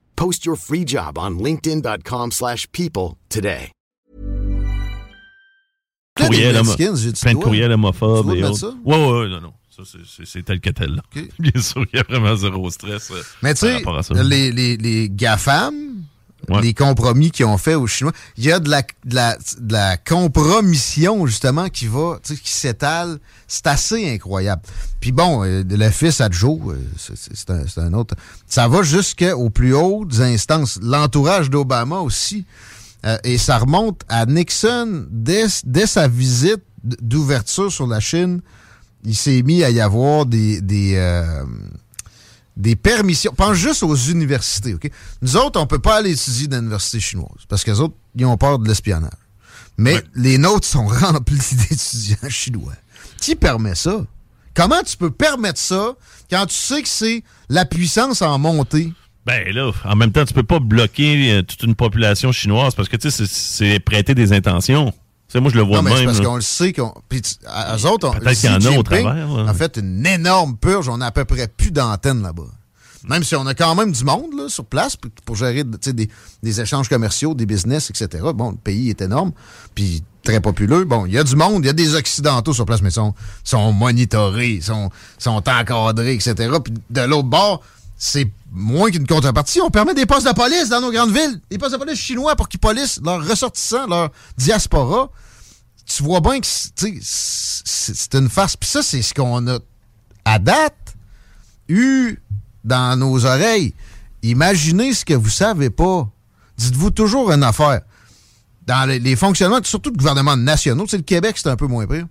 Post your free job on linkedin.com/people slash people today. Plein de courriels, homo- Redskins, j'ai dit plein de toi. courriels Tu homophobes dois et mettre autres. ça? Ouais, ouais, ouais, non, non. Ça, c'est- c'est- c'est tel que tel. là. Ok. [laughs] Bien sûr, il y a vraiment zéro stress. euh, Mais tu par sais, rapport à ça. les, les, les GAFAM, Ouais. les compromis qu'ils ont fait aux Chinois, il y a de la, de la, de la compromission, justement, qui va, tu sais, qui s'étale. C'est assez incroyable. Puis bon, euh, le fils à Joe, euh, c'est- c'est c'est un, c'est un autre. Ça va jusqu'aux plus hautes instances. L'entourage d'Obama aussi. Euh, et ça remonte à Nixon dès, dès sa visite d- d'ouverture sur la Chine. Il s'est mis à y avoir des, des, euh, des permissions. Pense juste aux universités, OK? Nous autres, on peut pas aller étudier dans l'université chinoise parce qu'eux autres, ils ont peur de l'espionnage. Mais les nôtres sont [laughs] remplis d'étudiants chinois. Qui permet ça? Comment tu peux permettre ça quand tu sais que c'est la puissance en montée? Ben là, en même temps, tu peux pas bloquer euh, toute une population chinoise parce que tu sais, c'est- c'est prêter des intentions. Tu sais, moi, je le vois non, de mais c'est même. parce là. qu'on le sait qu'on. Puis tu- à- eux autres, on, Peut-être qu'il y Xi en a au Jinping travers, ouais. a fait une énorme purge. On a à peu près plus d'antennes là-bas. Même si on a quand même du monde là, sur place pour, pour gérer tu sais, des, des échanges commerciaux, des business, etc. Bon, le pays est énorme, puis très populeux. Bon, il y a du monde, il y a des Occidentaux sur place, mais ils sont, sont monitorés, ils sont, sont encadrés, etc. Puis de l'autre bord, c'est moins qu'une contrepartie. On permet des postes de police dans nos grandes villes, des postes de police chinois pour qu'ils polissent leurs ressortissants, leur diaspora tu vois bien que c'est- tu sais, c'est c'est une farce. Puis ça, c'est ce qu'on a à date eu dans nos oreilles. Imaginez ce que vous savez pas. Dites-vous toujours une affaire. Dans les, les fonctionnements, surtout de gouvernements nationaux, tu sais, le Québec, c'est un peu moins pire.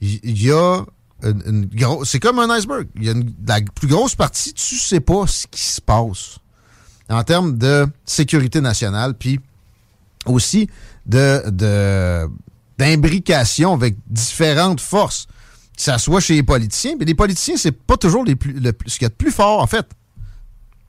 Il il y, a une, une grosse. C'est comme un iceberg. Il y a une- la plus grosse partie, tu sais pas ce qui se passe en termes de sécurité nationale, puis aussi de de- d'imbrication avec différentes forces. Que ça soit chez les politiciens, mais les politiciens, c'est pas toujours les plus, le plus- ce qu'il y a de plus fort, en fait.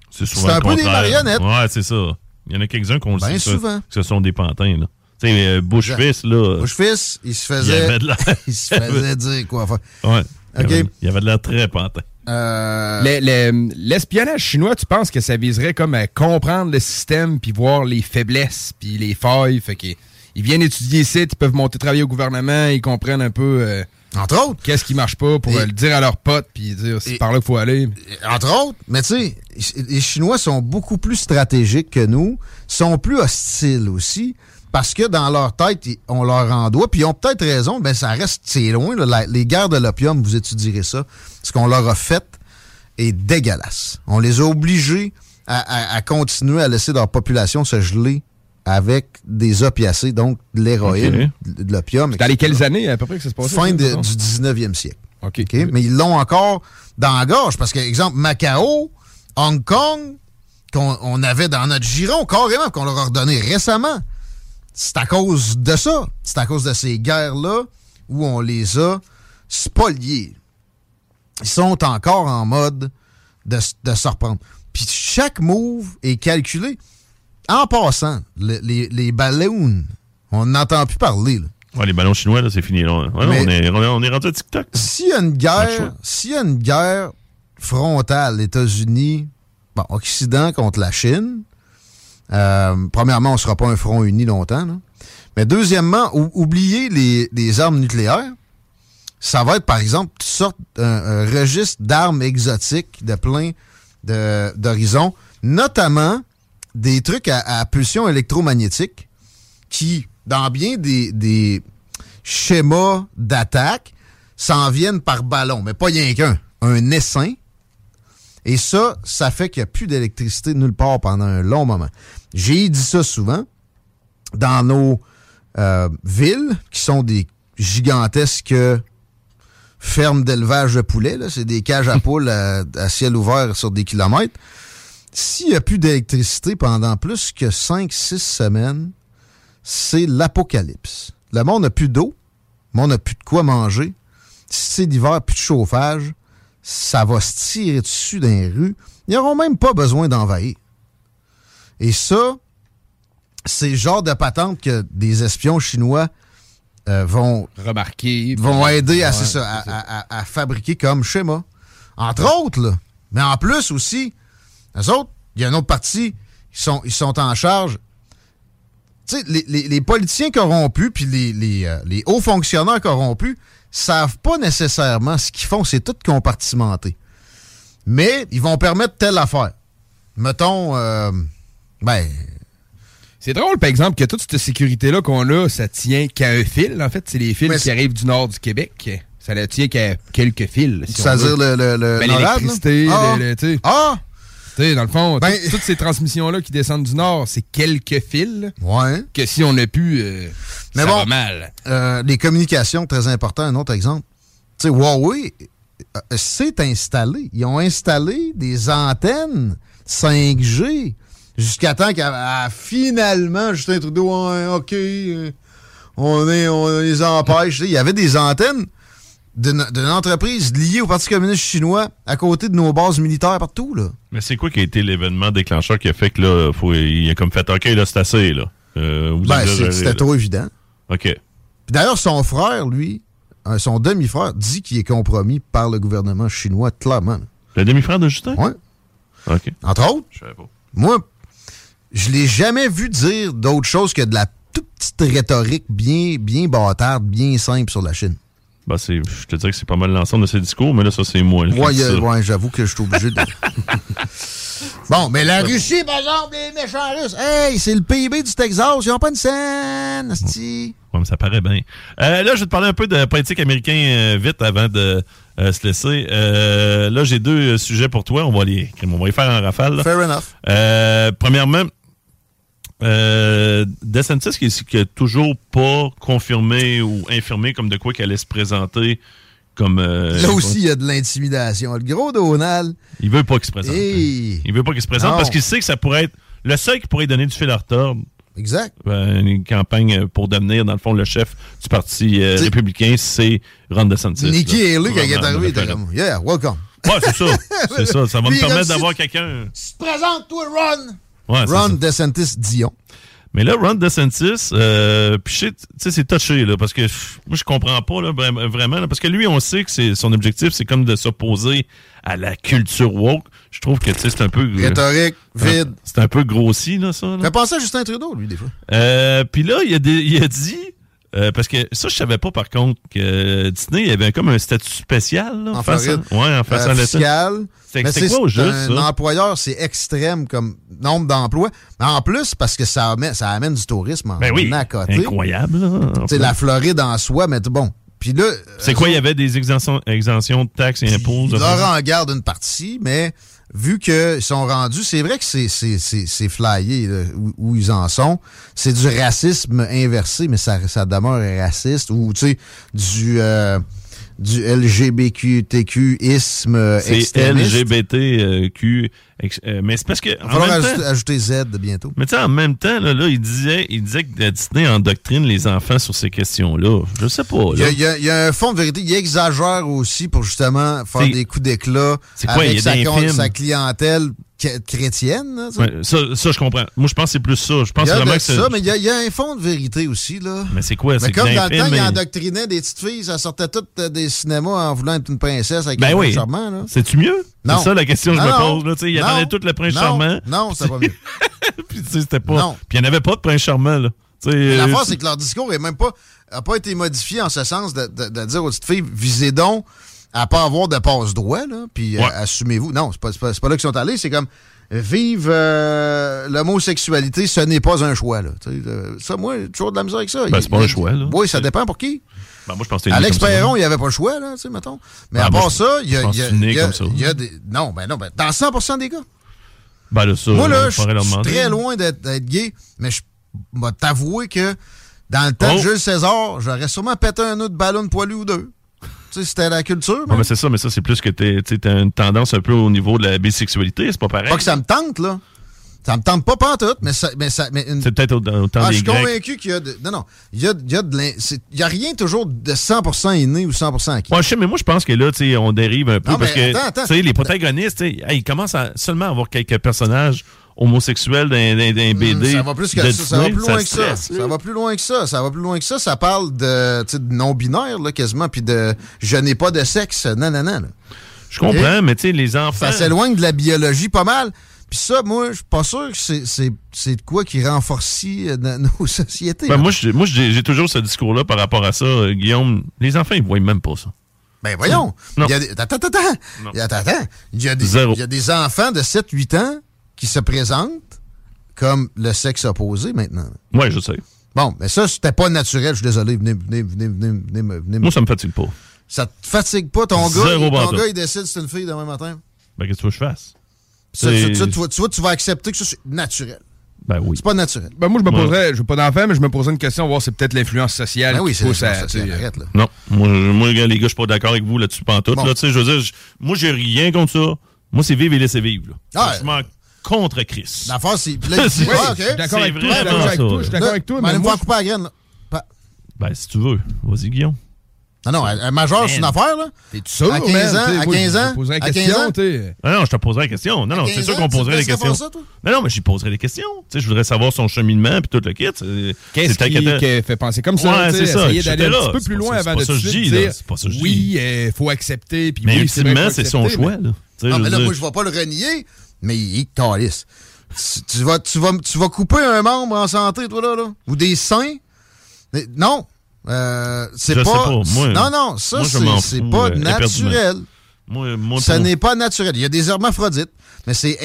C'est souvent c'est un le peu des contraire. marionnettes. Ouais, c'est ça. Il y en a quelques-uns qu'on le Ben sait. ça, souvent. que ce sont des pantins, là. Tu sais, euh, Bush-Fils, là. Bush-Fils, il se il faisait, avait de l'air. [laughs] il se faisait dire quoi faire. ouais. Il Ok. avait- Il avait de l'air très pantin. Euh, Le- le- L'espionnage chinois, tu penses que ça viserait comme à comprendre le système puis voir les faiblesses puis les failles. Fait qu'ils ils viennent étudier ici, ils peuvent monter travailler au gouvernement, ils comprennent un peu euh, entre autres, qu'est-ce qui marche pas pour Et- euh, le dire à leurs potes puis dire c'est Et- par là qu'il faut aller. euh, entre autres, mais tu sais, les Chinois sont beaucoup plus stratégiques que nous, sont plus hostiles aussi, Parce que dans leur tête, ils- on leur en doit, puis ils ont peut-être raison, mais ça reste, c'est loin. là. La- les guerres de l'opium, vous étudierez ça. Ce qu'on leur a fait est dégueulasse. On les a obligés à, à- à continuer à laisser leur population se geler avec des opiacés, donc de l'héroïne, de de l'opium. Dans les etc. quelles années à peu près que ça se passait? Fin ça, de- mettons? du 19e siècle. OK. OK? Mais ils l'ont encore dans la gorge. Parce que, exemple, Macao, Hong Kong, qu'on on avait dans notre giron carrément, qu'on leur a ordonné récemment. C'est à cause de ça. C'est à cause de ces guerres-là où on les a spoliés. Ils sont encore en mode de, s- de se reprendre. Puis chaque move est calculé. En passant, le- les, les balloons, on n'entend plus parler. là. Ouais, les ballons chinois, là, c'est fini. Là. hein. Ouais, Mais- on, est, on, est, on est rendu à TikTok. S'il y a Pas une de guerre, choix. s'il y a une guerre frontale, États-Unis, bon, Occident contre la Chine, euh, premièrement, on ne sera pas un front uni longtemps. là. Mais deuxièmement, ou- oubliez les, les armes nucléaires. Ça va être, par exemple, toutes sortes, un, un registre d'armes exotiques de plein de- d'horizons, notamment des trucs à- à pulsion électromagnétique qui, dans bien des, des schémas d'attaque, s'en viennent par ballon, mais pas rien qu'un, un essaim. Et ça, ça fait qu'il n'y a plus d'électricité nulle part pendant un long moment. J'ai dit ça souvent. Dans nos euh, villes, qui sont des gigantesques euh, fermes d'élevage de poulets, là, c'est des cages à poules à, à ciel ouvert sur des kilomètres, s'il n'y a plus d'électricité pendant plus que 5-6 semaines, c'est l'apocalypse. Le monde n'a plus d'eau, le monde n'a plus de quoi manger. Si c'est l'hiver, plus de chauffage, ça va se tirer dessus dans les rues. Ils n'auront même pas besoin d'envahir. Et ça, c'est le genre de patente que des espions chinois euh, vont, Remarqué. vont aider à, Ouais, c'est ça, à, à- à- à fabriquer comme schéma. Entre autres, là. Mais en plus aussi, les autres, il y a une autre partie, ils sont, ils sont en charge. Tu sais, les, les- les politiciens corrompus puis les, les, euh, les hauts fonctionnaires corrompus savent pas nécessairement ce qu'ils font, c'est tout compartimenté. Mais ils vont permettre telle affaire. Mettons, euh, ben, C'est drôle, par exemple, que toute cette sécurité-là qu'on a, ça tient qu'à un fil. En fait, c'est les fils Mais qui c'est- arrivent du nord du Québec. Ça ne tient qu'à quelques fils. si on c'est-à-dire veut. le, le, le Ben, NORAD, là? l'électricité, Ah, le- le- tu sais. ah, Tu sais, dans le fond, Ben- tout- toutes ces transmissions-là qui descendent du nord, c'est quelques fils ouais. que si on a pu, euh, Mais ça bon. va mal. Euh, les communications, très important, un autre exemple. Tu sais, Huawei euh, euh, s'est installé. Ils ont installé des antennes 5G jusqu'à temps qu'à à- finalement, Justin Trudeau, Ouais, OK, euh, on, est, on les empêche. Tu sais, Il y avait des antennes d'une d'une entreprise liée au Parti communiste chinois à côté de nos bases militaires partout. Là. Mais c'est quoi qui a été l'événement déclencheur qui a fait que là, faut, il a comme fait OK, là, c'est assez, là. Euh, vous Ben, exagérez, c'est- là. C'était trop évident. OK. Puis D'ailleurs, son frère, lui, euh, son demi-frère, dit qu'il est compromis par le gouvernement chinois, clairement. Le demi-frère de Justin? Ouais. OK. Entre autres, Je savais pas. moi, je l'ai jamais vu dire d'autre chose que de la toute petite rhétorique bien, bien bâtarde, bien simple sur la Chine. Ben, c'est, je te dirais que c'est pas mal l'ensemble de ses discours, mais là, ça, c'est moi. là, qui Ouais, dis y a- ça. ouais, j'avoue que je suis obligé de. [laughs] bon, mais la Russie, par exemple, les méchants russes, hey, c'est le PIB du Texas, ils ont pas une scène, asti. Ouais, mais ça paraît bien. Euh, là, je vais te parler un peu de politique américain euh, vite avant de euh, se laisser. Euh, là, j'ai deux euh, sujets pour toi. On va les, on va les faire en rafale. là. Fair enough. Euh, premièrement, euh, DeSantis qui, qui a toujours pas confirmé ou infirmé comme de quoi qu'elle allait se présenter comme. euh, Là aussi, il y a de l'intimidation. Le gros Donald. Il veut pas qu'il se présente. Hey. Il veut pas qu'il se présente Non. parce qu'il sait que ça pourrait être le seul qui pourrait donner du fil à retordre Exact. euh, une campagne pour devenir, dans le fond, le chef du Parti euh, T'sais- républicain, c'est Ron DeSantis. Nikki là. Haley, quand il est Vraiment, arrivé, il vraiment. était comme, yeah, welcome. Ouais, c'est [laughs] ça. C'est ça. Ça va me Lui, il est permettre comme d'avoir si- quelqu'un. Tu te présentes, toi, Ron. Ouais, Ah, c'est Ron ça. DeSantis Dion. Mais là, Ron DeSantis, euh, puis shit, tu sais, c'est touché, là, parce que pff, moi, je comprends pas, là, vra- vraiment, là, parce que lui, on sait que c'est son objectif, c'est comme de s'opposer à la culture woke. Je trouve que, tu sais, c'est un peu... euh, hein, Rhétorique, vide. C'est un peu grossi, là, ça. là. Fait penser à Justin Trudeau, lui, des fois. Euh, puis là, il a, dé- il a dit Euh, parce que ça, je savais pas par contre que Disney avait comme un statut spécial là, en face à- Floride. ouais, en façon façon fiscal. C'est- Mais c'est quoi au c'est juste, Un ça? employeur, c'est extrême comme nombre d'emplois. Mais En plus, parce que ça amène, ça amène du tourisme en Ben oui, à côté. incroyable. là, en C'est fait. la Floride en soi, mais t- bon. Puis là, euh, C'est quoi, il y avait des exemptions, exemptions de taxes et impôts? ils de- leur en garde une partie, mais vu qu'ils sont rendus, c'est vrai que c'est- c'est c'est- c'est flyé là, où, où ils en sont. C'est du racisme inversé, mais ça, ça demeure raciste. Ou, tu sais, du, euh, du LGBTQ-isme euh, C'est extrémiste. LGBTQ. ex- euh, mais c'est parce que. Il en va falloir même temps- ajouter, ajouter Z de bientôt. Mais tu sais, en même temps, là, là, il, disait, il disait que la Disney endoctrine les enfants sur ces questions-là. Je sais pas. Il y, Là. a, il y a- il y a un fond de vérité. Il exagère aussi pour justement faire C'est- des coups d'éclat C'est quoi, il y avec a sa, des con- films. sa clientèle ch- chrétienne. là, ça. Ouais, ça, ça, je comprends. Moi, je pense que c'est plus ça. Je pense Il y a vraiment de que c'est. ça, mais il y, a- il y a un fond de vérité aussi. là. Mais c'est quoi? Mais C'est que comme dans le l'infime, temps, il mais- endoctrinait des petites filles, ça sortait toutes euh, des cinémas en voulant être une princesse avec Ben un oui. prince charmant. Là. C'est-tu mieux? Non. C'est ça la question que je Non, me non. pose. Là, Tu sais, il Non. attendait tout le prince Non. charmant. Non, c'est pas mieux. [laughs] Puis tu sais, c'était pas. Non. Puis il n'y en avait pas de prince charmant, là. Tu sais, Mais euh, L'affaire, c'est que leur discours n'a même pas, a pas été modifié en ce sens de, de- de dire aux petites filles, visez donc à pas avoir de passe-droit, là, puis euh, Ouais. assumez-vous. Non, c'est pas, c'est pas, c'est pas là qu'ils sont allés, c'est comme, vive euh, l'homosexualité, ce n'est pas un choix, là. Tu sais, euh, ça, moi, j'ai toujours de la misère avec ça. Ben, c'est pas Il- un il- choix, là. Oui, ça dépend pour qui. ben, moi, je pense que c'était Alex comme ça. Perron, il n'y avait pas le choix, là, tu sais, mettons. Mais Ah, à moi, part je- ça, il y a, je pense il y a- que tu nais il y a- comme ça. il y a des... Non, ben non, ben, dans 100% des cas. Ben, là, ça, Moi, là, on je pourrait leur suis demander. très loin d'être d'être gay, mais je vais t'avouer que dans le temps Oh. de Jules César, j'aurais sûrement pété un autre ballon poilu ou deux. Tu sais, c'était la culture. Ouais, mais Ah, mais c'est ça, mais ça, c'est plus que t'es- tu sais, t'as une tendance un peu au niveau de la bisexualité. C'est pas pareil. Pas que ça me tente, là. Ça me tente pas pantoute, mais ça... Mais ça mais une- C'est peut-être au, au temps Ah, je des suis Grecs. convaincu qu'il y a de... Non, non. Il y a, il y a de l'in- c'est- Il y a rien toujours de 100% inné ou 100% acquis. Ouais, je sais, mais moi, je pense que là, tu sais, on dérive un peu Non, parce mais que, attends, attends. tu sais, les protagonistes, tu sais, hey, ils commencent à seulement à avoir quelques personnages homosexuels dans dans- dans les BD. Hmm, Ça va plus que de ça. Ça va Disney, plus loin que ça. stresse, là. Ça va plus loin que ça. Ça va plus loin que ça. Ça parle de, tu sais, de non-binaire, là, quasiment, puis de je n'ai pas de sexe, nanana. Là. Je comprends, mais tu sais, les enfants. Hein? Ça s'éloigne de la biologie pas mal. Puis ça, moi, je suis pas sûr que c'est- c'est c'est de quoi qui renforce euh, dans [laughs] nos sociétés. Ben, là. moi, j'ai moi, j'ai- j'ai toujours ce discours-là par rapport à ça, euh, Guillaume. Les enfants, ils voient même pas ça. Ben voyons. Non. Il y a des... Attends, attends, attends. Il y a- attends, attends. Il y a des, Zéro. il y a des enfants de 7-8 ans qui se présentent comme le sexe opposé maintenant. Ouais, je sais. Bon, mais ça, c'était pas naturel. Je suis désolé. Venez, venez, venez, venez, venez, me- venez me Moi, ça me fatigue pas. Ça te fatigue pas, ton gars? Zéro ton bandeau. gars, il décide que c'est une fille demain matin. Ben, qu'est-ce que tu veux que je fasse? Ça, C'est- tu, tu- tu vois- tu vois, tu vas accepter que ça, c'est naturel. Ben oui. C'est pas naturel. Ben, moi, je me Ouais. poserais, je veux pas d'enfant, mais je me poserais une question, voir si c'est peut-être l'influence sociale. Ben oui, qui c'est pousse à- ça. tu sais, Arrête, là. Non, moi, je- moi, les gars, je suis pas d'accord avec vous là-dessus, pantoute. Bon. Là, tu sais, je veux dire, je- moi, j'ai rien contre ça. Moi, c'est vivre et laisser vivre. là. Ah, je m'en contre Chris. L'affaire, c'est. puis Là, il dit, C'est- ah, OK. euh, Ben, Je suis d'accord C'est avec toi, je suis vraiment d'accord avec ça, toi, là. je suis d'accord avec toi, mais mais moi, me faire couper la graine, là. Pa- Ben, si tu veux. Vas-y, Guillaume. Non, non, un, un majeur, c'est une affaire, là. t'es-tu sûr, à 15 man? ans, Tu sais, à moi, 15 je ans, me poserais la à 15 question, ans. tu sais. euh, Ah Non, non, je te poserai la question. Non, non, À c'est 15 sûr ans, qu'on hein, tu te poserait des laisserais questions. faire ça, toi? non, non, mais j'y poserai des questions. Tu sais, je voudrais savoir son cheminement puis tout le kit. C'est- Qu'est-ce c'est qui, inquiétant. qui fait penser comme ça? Ouais, tu sais, c'est ça, Essayer j'étais d'aller un là. petit peu C'est plus pas loin ça- c'est avant de pas ça tout que de je suite dis, là. dire C'est pas ça que je oui, dis. euh, faut accepter. Puis Mais oui, vrai qu'il ultimement, faut c'est son accepter, mais- choix. Là. Tu sais, Non, je veux mais là, dire- moi, je vais pas le renier, mais il est calisse. Tu, tu vas, tu, vas, tu vas couper un membre en santé, toi, là, là. Ou des seins. Mais Non. Euh, c'est Je pas, sais pas, moi- non, non, ça, moi, je c'est m'en c'est fous, pas euh, naturel. éperdument. Moi, moi, Ça pour- n'est pas naturel. Il y a des hermaphrodites, mais c'est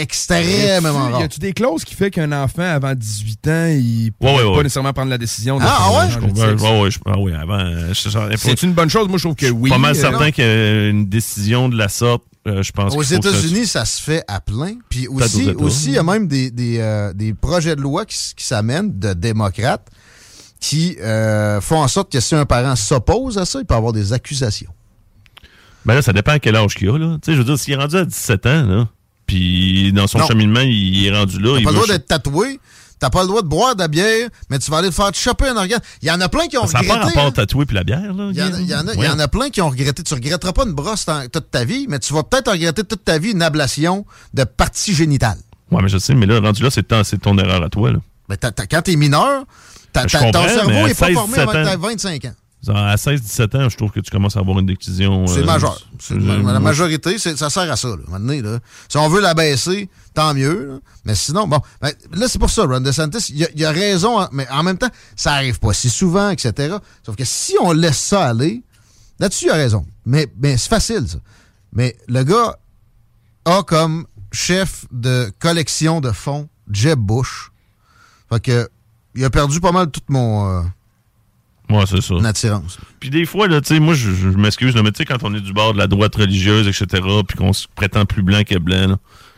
extrêmement Y rare. a-tu des clauses qui fait qu'un enfant avant 18 ans, il peut Ouais, ouais, pas ouais. nécessairement prendre la décision de Ah, changer ouais? de Je sexe? comprends. Ah ouais, je- ah ouais, avant. euh, je- je- C'est une bonne chose, moi je trouve que oui. pas mal Euh, certain qu'une décision de la sorte, euh, je pense Aux qu'il faut que ça- États-Unis, ça se fait à plein. Puis aussi, d'autres États. aussi, il y a même des, des, euh, des projets de loi qui, s- qui s'amènent de démocrates qui euh, font en sorte que si un parent s'oppose à ça, il peut avoir des accusations. Ben là, ça dépend à quel âge qu'il a, là. Tu sais, je veux dire, s'il est rendu à 17 ans, là, puis dans son Non. cheminement, il est rendu là. T'as il pas le veut droit ch- d'être tatoué, t'as pas le droit de boire de la bière, mais tu vas aller te faire choper un organe. Il y en a plein qui ont Ça n'a regretté. pas rapport hein. tatoué puis la bière, là. Il y, en a, il y en a- il y en a plein qui ont regretté. Tu regretteras pas une brosse tant- toute ta vie, mais tu vas peut-être regretter toute ta vie une ablation de partie génitale. Ouais, mais je sais, mais là, rendu là, c'est ton, c'est ton erreur à toi, là. Mais t'as- t'as- quand t'es mineur, t'as- Je t'as- ton comprends, cerveau mais n'est pas 16, formé avant 17 ans. t'as 25 ans. À 16-17 ans, je trouve que tu commences à avoir une décision. C'est euh, majeur. C'est- euh, la majorité, c'est- ça sert à ça. Là, à un moment donné, là. Si on veut la baisser, tant mieux. là. Mais sinon, bon. ben, là, c'est pour ça, Ron DeSantis, il a, il a raison, hein, mais en même temps, ça arrive pas si souvent, etc. Sauf que si on laisse ça aller, là-dessus, il a raison. Mais, mais c'est facile, ça. Mais le gars a comme chef de collection de fonds Jeb Bush. Fait que, il a perdu pas mal toute mon euh, Ouais, c'est ça. mon attirance. Puis des fois, là, tu sais, moi, je, je m'excuse, là, mais tu sais, quand on est du bord de la droite religieuse, etc., puis qu'on se prétend plus blanc que blanc, là,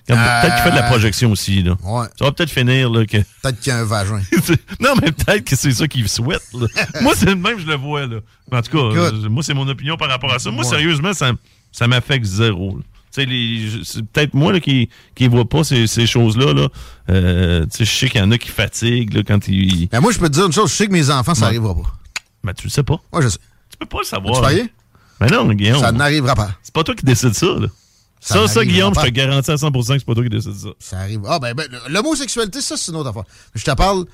quand- Euh, peut-être qu'il fait de la projection aussi, là. Ouais, Ça va peut-être finir, là, que... peut-être qu'il y a un vagin. [laughs] non, mais peut-être que c'est ça qu'il souhaite, [laughs] là. moi, c'est le même, je le vois, là. En tout cas, Écoute. euh, moi, c'est mon opinion par rapport à ça. Moi, Ouais. sérieusement, ça, ça m'affecte zéro, là. Tu sais, les- je- c'est peut-être moi là, qui ne vois pas ces, ces choses-là. Là. Euh, tu sais, je sais qu'il y en a qui fatiguent là, quand ils... Ben moi, je peux te dire une chose, je sais que mes enfants, ça n'arrivera pas. Mais tu le sais pas. Moi, je sais. Tu peux pas le Tu savoir. pariais? Mais non, Guillaume. Ça n'arrivera pas. C'est pas toi qui décide ça, là. Ça, Ça ça, n'arrivera Guillaume, je pas. te garantis à 100% que c'est pas toi qui décide ça. Ça arrive. Ah, ben, ben l'homosexualité, ça, c'est une autre affaire. Je te parle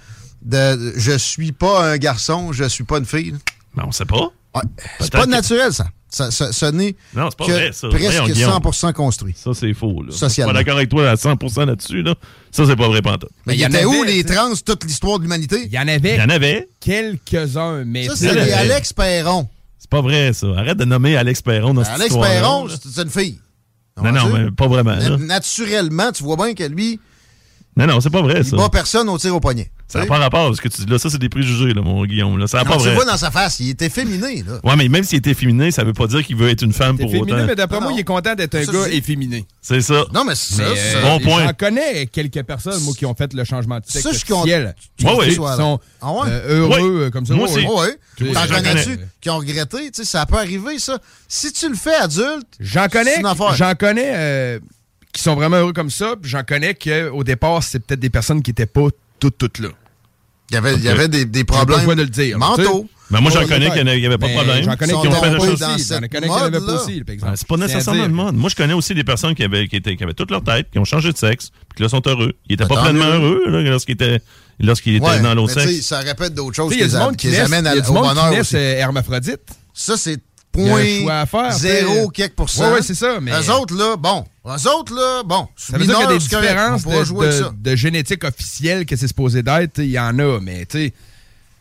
de, de- je suis pas un garçon, je suis pas une fille. Mais on sait pas. Ouais. C'est Peut-être pas que- naturel, ça. Ça- ça- ce n'est Non, c'est pas que vrai, ça. Voyons, presque Guillaume. 100% construit. Ça, c'est faux, là. Je suis Socialement. pas d'accord avec toi à 100% là-dessus, là. Ça, c'est pas vrai, Panta. Mais Mais il il y en était où, avait, les tu sais. trans, toute l'histoire de l'humanité? Il y en Il avait y en avait. quelques-uns, mais Ça, tu c'est sais, Il y en les avait. Alex Perron. C'est pas vrai, ça. Arrête de nommer Alex Perron dans cette Alex histoire Perron, c'est une fille. Non, non, mais pas vraiment, là. Naturellement, tu vois bien que lui, Non, non, c'est pas vrai, il bat ça. personne au tir au poignet. Ça Tu n'a sais? pas rapport, ce que tu dis là. Ça, c'est des préjugés, là, mon Guillaume, là. Ça n'a Non, pas tu vrai. vois dans sa face, il était féminé, là. Ouais, mais même s'il est efféminé, ça veut pas dire qu'il veut être une femme t'es pour féminin, autant. mais d'après Non, moi, non. il est content d'être un Ça, gars c'est- efféminé. C'est ça. Non, mais ça, Mais, ça- euh, Bon point. J'en connais quelques personnes, moi, qui ont fait le changement de sexe Ça, je suis content. officiel. Tu Ouais, ouais. Ils sois là. sont Ah ouais? euh, heureux euh, comme ça. Moi Ouais, aussi. ouais. Oh, oui. Oui, T'en j'en connais-tu connais. qui ont regretté? Tu sais, ça peut arriver, ça. Si tu le fais adulte, J'en connais, C'est une affaire. j'en connais euh, qui sont vraiment heureux comme ça. puis J'en connais qu'au départ, c'est peut-être des personnes qui n'étaient pas toutes, toutes là. il y avait, il y Ok. avait des, des pas problèmes le choix de le dire, mentaux. tu Mais Ben, moi, j'en Ouais, connais qu'il n'y avait pas de Mais problème. J'en connais Ils qui ont sont fait la tombés chose dans aussi. J'en cette connais qui en avaient mode-là. pas aussi, par exemple. Ah, C'est pas Je tiens à nécessairement dire. le monde. Moi, je connais aussi des personnes qui avaient, qui étaient, qui avaient toute leur tête, qui ont changé de sexe, puis qui là sont heureux. Ils étaient Ben, pas tant pleinement mieux. heureux là, lorsqu'ils étaient, lorsqu'ils étaient Ouais, dans l'autre mais tu sais, sexe. ça répète d'autres Tu choses sais, qui Il y a les, du am- monde qui qui les naissent- amènent à- il y a du au monde qui bonheur naissent aussi. euh, hermaphrodite. Ça, c'est Il y a point un choix à faire, zéro tu sais. quelques pourcents. Ouais, ouais, c'est ça, mais- Eux autres, là, bon. Eux autres, là, bon. Ça veut dire qu'il y a des différences On pourra de, jouer avec de- ça. de génétique officielle que c'est supposé d'être. Il y en a, mais tu sais,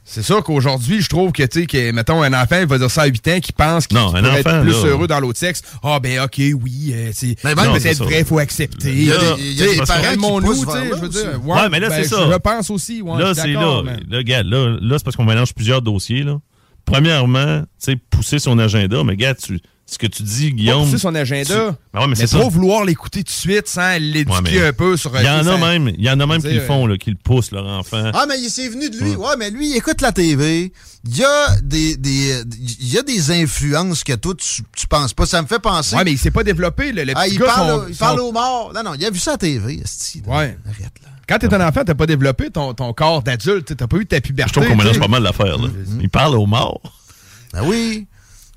c'est sûr qu'aujourd'hui, je trouve que, tu sais, que, mettons, un enfant, il va dire ça à 8 ans, qui pense qu'il Non, qu'il un pourrait enfant, être plus là. heureux dans l'autre sexe. Ah, ben, OK, oui, euh, c'est Ben, Mais même, c'est c'est peut-être ça. vrai, il faut accepter. Il y a Là, des, il y tu a des sais, parce parents qu'on- qui mon poussent nous, tu vers sais, là je veux aussi. dire. Ouais, mais là, ben, c'est ça. Je repense aussi, ouais, là, je c'est suis là. d'accord, mais- Là, regarde, là, là, c'est parce qu'on mélange plusieurs dossiers. Là. Premièrement, tu sais, pousser son agenda. Mais regarde, tu, ce que tu dis, Guillaume. pousser son agenda. tu- Ben ouais, mais Mais c'est ça. trop vouloir l'écouter tout de suite sans l'éduquer Ouais, mais- un peu sur euh, Il y en a ça- même, il y en a même Tu qui sais, le font, là, qui le poussent, leur enfant. Ah, mais il s'est venu de lui. Hmm. Ouais, mais lui, il écoute la TV. Il y a des, des, il y a des influences que toi, tu, tu penses pas. Ça me fait penser. Ouais, mais il s'est pas développé. Le, le Ah, petit il gars, parle, son- au- il son- parle aux morts. Non, non, il a vu ça à la TV. esti. Ouais. Arrête, là. Quand t'es un enfant, t'as pas développé ton, ton corps d'adulte. t'sais, T'as pas eu ta puberté. Je trouve qu'on t'sais. mélange pas mal l'affaire. là. Il parle aux morts. Ben oui.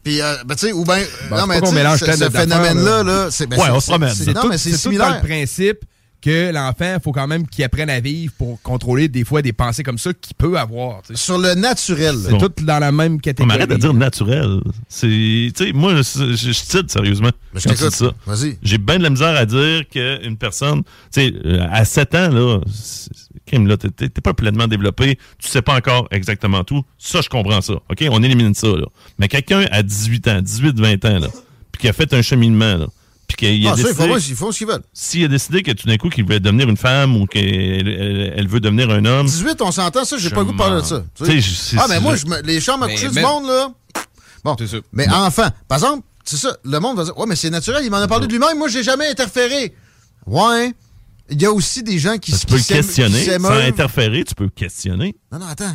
Puis, euh, ben, tu sais, ou ben, euh, Ben, non, c'est mais pas tu qu'on sais, mélange ce, plein ce d'affaires, phénomène-là, là. là, c'est, ben, Ouais, c'est- on se promène. c'est- C'est Non, Tout- mais c'est tout dans le similaire. principe que l'enfant, faut quand même qu'il apprenne à vivre pour contrôler des fois des pensées comme ça qu'il peut avoir. t'sais. Sur le naturel. Ben, là. C'est tout dans la même On catégorie. m'arrête de dire naturel. C'est, tu sais, moi, je, je, je cite sérieusement. Ben, je quand tu t'écoute. dis ça. Vas-y. J'ai bien de la misère à dire qu'une personne, tu sais, euh, à 7 ans, là, c'est- c'est- crime, là, t'es- t'es t'es pas pleinement développé, tu sais pas encore exactement tout. Ça, je comprends ça. OK? On élimine ça, là. Mais quelqu'un à 18 ans, 18, 20 ans, là, puis qui a fait un cheminement, là, puis qu'il a Ah, ça, ils décidé- font, ouais, ils font ce qu'ils veulent. s'il a décidé que tout d'un coup, qu'il veut devenir une femme ou qu'elle elle- elle veut devenir un homme, 18, on s'entend ça, j'ai Je pas le goût de parler de m'en- ça. tu Tu sais, sais. je- c'est- ah, mais c'est- moi, je me- les chambres à Mais coucher du même- monde, là. Bon. C'est sûr. Mais enfant. Par exemple, c'est ça, le monde va dire Ouais, mais c'est naturel, il m'en a parlé de lui-même, moi, j'ai jamais interféré. Ouais. Il y a aussi des gens qui tu peux le s'éme- questionner. Sans s'émeuvent. interférer, tu peux le questionner. Non, non, attends.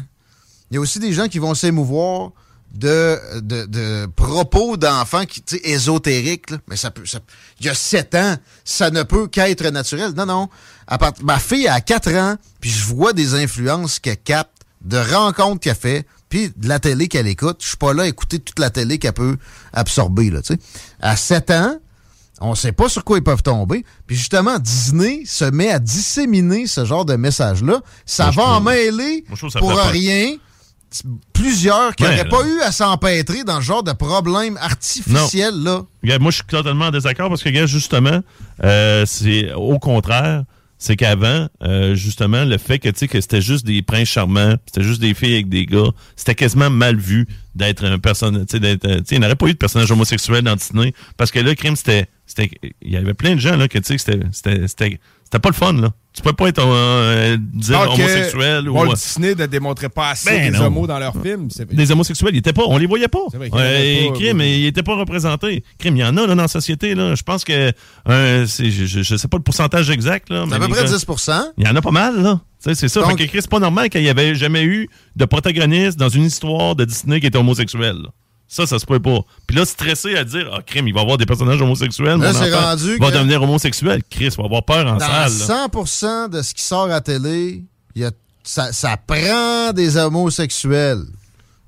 Il y a aussi des gens qui vont s'émouvoir de, de, de propos d'enfants qui, tu sais, ésotériques, là. mais ça peut. ça- il y a 7 ans, ça ne peut qu'être naturel. Non, non. À part- ma fille a 4 ans, puis je vois des influences qu'elle capte, de rencontres qu'elle fait, puis de la télé qu'elle écoute. Je suis pas là à écouter toute la télé qu'elle peut absorber, là, tu sais. À 7 ans, on sait pas sur quoi ils peuvent tomber. Puis justement, Disney se met à disséminer ce genre de message-là. Ça Moi, je va trouve- en mêler Moi, je trouve que ça pour fait peur. rien plusieurs qui Ben, n'auraient pas là. eu à s'empêtrer dans ce genre de problème artificiel là. Regarde, moi, je suis totalement en désaccord parce que, regarde, justement, euh, c'est au contraire. C'est qu'avant, euh, justement, le fait que, tu sais, que c'était juste des princes charmants, puis c'était juste des filles avec des gars, c'était quasiment mal vu d'être un personnage, tu sais, d'être, euh, tu sais, il n'y aurait pas eu de personnage homosexuel dans Disney, parce que là, le crime, c'était, c'était, il y avait plein de gens, là, que, tu sais, que c'était, c'était, c'était, c'était pas le fun, là. Tu peux pas être, euh, dire Alors que homosexuel ou... euh, Walt Disney ne démontrait pas assez Ben les non. homos dans leurs films. c'est- des homosexuels, ils étaient pas, on les voyait pas. C'est vrai qu'il y en avait Euh, pas, crime, oui. ils étaient pas représentés. Crime, il y en a là, dans la société là. Je pense que euh, c'est- je, je, je sais pas le pourcentage exact là, C'est mais à peu les près gars, 10 Il y en a pas mal là. Tu sais, C'est ça. Donc- fait que Chris, c'est pas normal qu'il y avait jamais eu de protagoniste dans une histoire de Disney qui était homosexuel. là. Ça, ça se peut pas. Puis là, stressé à dire, ah, crime, il va y avoir des personnages homosexuels. Là, mon c'est enfant rendu va que- devenir homosexuel. Chris va avoir peur en Dans salle. là. 100% de ce qui sort à télé, il y a- ça, ça prend des homosexuels.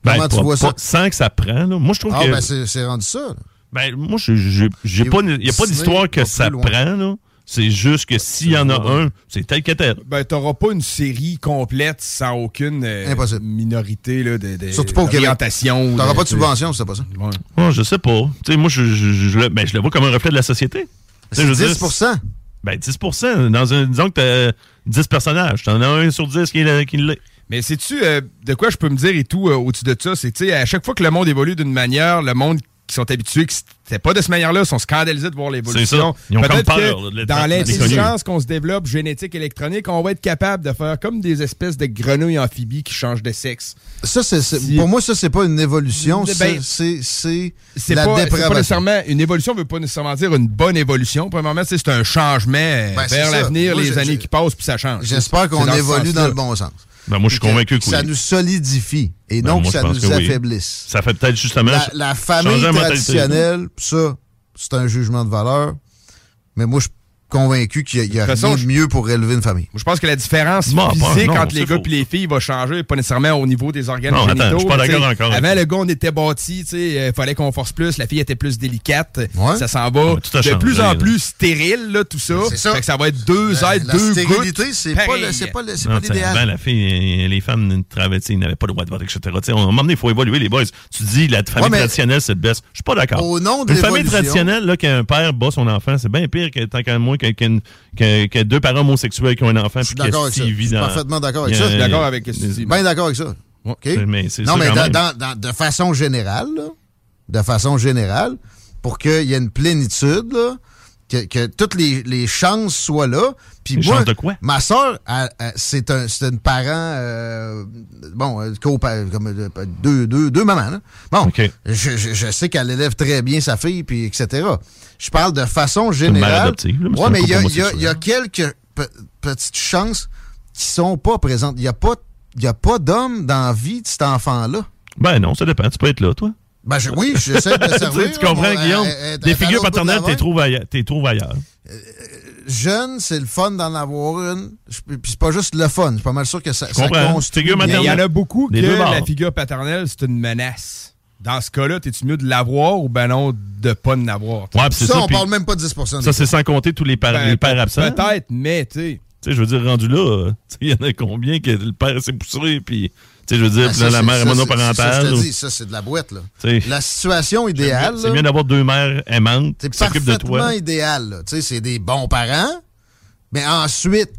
Ben, Comment tu pas- vois ça? pas- Sans que ça prend. là. Moi, je trouve Ah, que ben c'est c'est rendu ça. là. Ben, moi, je- je- j'ai Et pas, il n'y a pas Disney va d'histoire que plus ça loin. prend, là. C'est juste que s'il y en a un, c'est tel que tel. Ben, t'auras pas une série complète sans aucune euh, Impossible. minorité là, de, de Surtout pas au Québec. d'orientation, T'auras pas de tu sais. subvention, c'est pas ça. Ouais. Moi, je sais pas. Tu sais, moi, je, je, je- je le- ben, je le vois comme un reflet de la société. Tu sais, C'est je veux dire, 10 Ben, 10 dans un, Disons que t'as 10 personnages. T'en as un sur 10 qui l'est. qui l'est. Mais sais-tu euh, de quoi je peux me dire et tout euh, au-dessus de ça? C'est, tu sais, à chaque fois que le monde évolue d'une manière, le monde qui sont habitués que c'était pas de cette manière-là, sont scandalisés de voir C'est ça. l'évolution. Ils ont Peut-être comme que peur, là, de l'être- Dans d'être l'intelligence qu'on se développe génétique électronique, on va être capable de faire comme des espèces de grenouilles amphibies qui changent de sexe. Ça, c'est, c'est- Si- pour moi, ça, c'est pas une évolution, Ben, c'est, c'est, c'est c'est la pas, c'est pas dépravation. nécessairement une évolution veut pas nécessairement dire une bonne évolution premièrement tu sais, c'est un changement euh, Ben, c'est vers ça. l'avenir Moi, les j'ai- années j'ai- qui passent puis ça change J'espère C'est qu'on dans ce évolue sens-là. dans le bon sens. Ben, moi, je suis Que- convaincu que, que Ça oui. nous solidifie et Ben, non moi, que je ça pense nous que oui. affaiblisse. Ça fait peut-être justement. La, la famille changer la mentalité. traditionnelle, ça, c'est un jugement de valeur, mais moi, je suis convaincu qu'il y a, il y a De toute façon, rien de je- mieux pour élever une famille. Moi, je pense que la différence Bon, ben, physique non, entre les c'est gars faux. et les filles va changer, pas nécessairement au niveau des organes Non, attends, génitaux. je suis pas là, d'accord tu sais. encore. Avant, le gars, on était bâti, il fallait qu'on force plus, la fille était plus délicate. Ouais. Ça s'en va Ouais, Ah, tout a de changé, plus en là. plus stérile, là, tout ça. C'est ça. Fait que ça va être deux La- êtres, la deux stérilité, gouttes. c'est pas, Pareil. le- c'est pas, le- c'est Non, pas tu sais, avant, l'idéal. la fille, euh, les femmes ne travaillaient, ils n'avaient pas le droit de vote, etc. Tu sais, on- à un moment donné, il faut évoluer, les boys. Tu dis, la famille Ouais, mais- traditionnelle, c'est le best. Je suis pas d'accord. Au nom de Une famille l'évolution- traditionnelle, là, qu'un père bat son enfant, c'est bien pire que, tant qu'à moi, que, qu'une- que- que deux parents homosexuels qui ont un enfant. Je suis d'accord avec ça. Je suis parfaitement d'accord avec ça. Je suis D'accord avec ce que tu dis. Bien Ben d'accord avec ça. OK? mais c'est non, ça mais quand dans- même. dans- dans- de façon générale, là, de façon générale, pour qu'il y ait une plénitude, là, que, que toutes les, les chances soient là. Puis Les moi, chances de quoi? ma soeur, c'est un, c'est une parent, euh, bon, euh, copa- comme euh, deux, deux, deux mamans. là. Bon, OK. je, je- je sais qu'elle élève très bien sa fille, puis etc. Je parle de façon générale. adoptive, là, mais c'est euh, Ouais, un mais il y a, couple il y a- il y a quelques pe- petites chances qui sont pas présentes. Il n'y a pas, il y a pas d'homme dans la vie de cet enfant-là. Ben non, ça dépend. Tu peux être là, toi. [laughs] Ben je- oui, j'essaie de le Tu sais, servir. tu comprends, Mon- Guillaume? euh, euh, des euh, figures dans l'autre bout de la paternelles, t'es main. trouves ailleurs. t'es trouves ailleurs. Jeune, c'est le fun d'en avoir une. Je- Puis c'est pas juste le fun. Je suis pas mal sûr que ça, ça comprends. construit. Figure bien. Mais il y en maternelle. a beaucoup que Des deux bords. la figure paternelle, c'est une menace. Dans ce cas-là, t'es-tu mieux de l'avoir ou ben non, de pas de l'avoir? Ouais, pis c'est Ça, ça. on puis parle même pas de 10 ça, c'est sans compter tous les, par- Ben, les pères absents. Tu Peut-être, mais tu sais. sais, je veux dire, rendu là, [laughs] euh, tu sais, il y en a combien que le père s'est poussé, puis, tu sais, je veux dire, Ben, puis ça, là, la c'est- mère ça, est c'est- Ça, je monoparentale. te ou- dis, ça, c'est de la boîte. Là. Tu sais. La situation idéale, C'est là, mieux d'avoir deux mères aimantes qui c'est s'occupent de parfaitement toi. idéal. là. Tu sais, c'est des bons parents. Mais ensuite,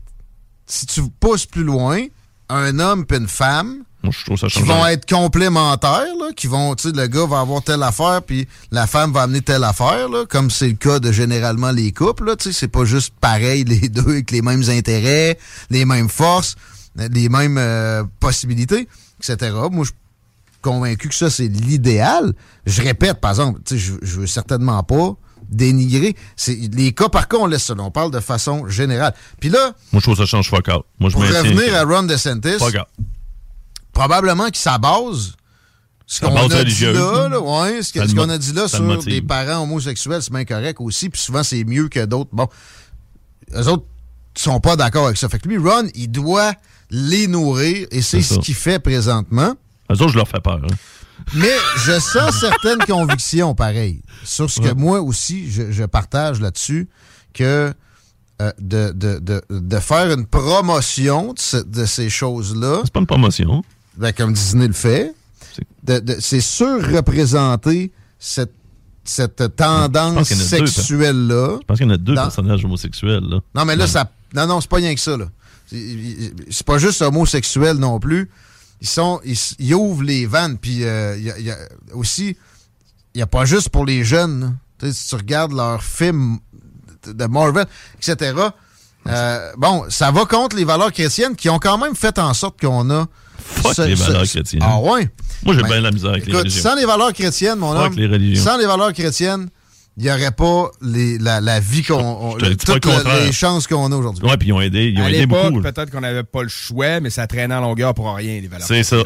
si tu pousses plus loin, un homme puis une femme Moi, je trouve ça qui changeant. vont être complémentaires, là, qui vont, tu sais, le gars va avoir telle affaire, puis la femme va amener telle affaire, là, comme c'est le cas de généralement les couples, là, tu sais, c'est pas juste pareil [laughs] les deux avec les mêmes intérêts, les mêmes forces, les mêmes euh, possibilités, etc. Moi, je convaincu que ça, c'est l'idéal. Je répète, par exemple, tu sais, je, je veux certainement pas dénigrer. C'est, les cas par cas, on laisse ça. là. On parle de façon générale. Puis là, Moi, je trouve ça change fuck out. Moi, je pour maintiens revenir que- à Ron DeSantis, fuck out. probablement que sa base, ce Sa qu'on base a dit religieuse. là, là, ouais, ce que- Ça ce le qu'on mo- a dit là ça le sur motive. les parents homosexuels, c'est bien correct aussi, puis souvent c'est mieux que d'autres. Bon, eux autres sont pas d'accord avec ça. Fait que lui, Ron, il doit les nourrir, et c'est C'est ce ça. qu'il fait présentement. Eux autres, je leur fais peur. hein. Mais je [laughs] sens certaines convictions pareilles sur ce que moi aussi je, je partage là-dessus que euh, de, de, de, de faire une promotion de, ce- de ces choses-là. C'est pas une promotion. ben, comme Disney le fait, de, de- c'est surreprésenter cette, cette tendance qu'il y en a deux, sexuelle-là. Je pense qu'il y en a deux Dans- personnages homosexuels. Là. Non, mais là, ça. Non, non, c'est pas rien que ça, là. C'est- C'est pas juste homosexuel non plus. Ils sont. Ils, s- ils ouvrent les vannes. Puis euh, il y a- il y a aussi, il n'y a pas juste pour les jeunes. là. Tu sais, si tu regardes leurs films de- de Marvel, etc. euh, bon, ça va contre les valeurs chrétiennes qui ont quand même fait en sorte qu'on a. Fuck les valeurs chrétiennes. Ah ouais. Moi, j'ai Ben, bien la misère avec les Écoute, religions. sans les valeurs chrétiennes, mon Fuck homme, les religions. sans les valeurs chrétiennes, il n'y aurait pas les- la, la vie qu'on. on- Je te dis pas toutes le le- contraire. les chances qu'on a aujourd'hui. Ouais, puis ils ont aidé, ils ont À aidé l'époque, beaucoup. là. peut-être qu'on n'avait pas le choix, mais ça traînait en longueur pour rien, les valeurs. C'est ça.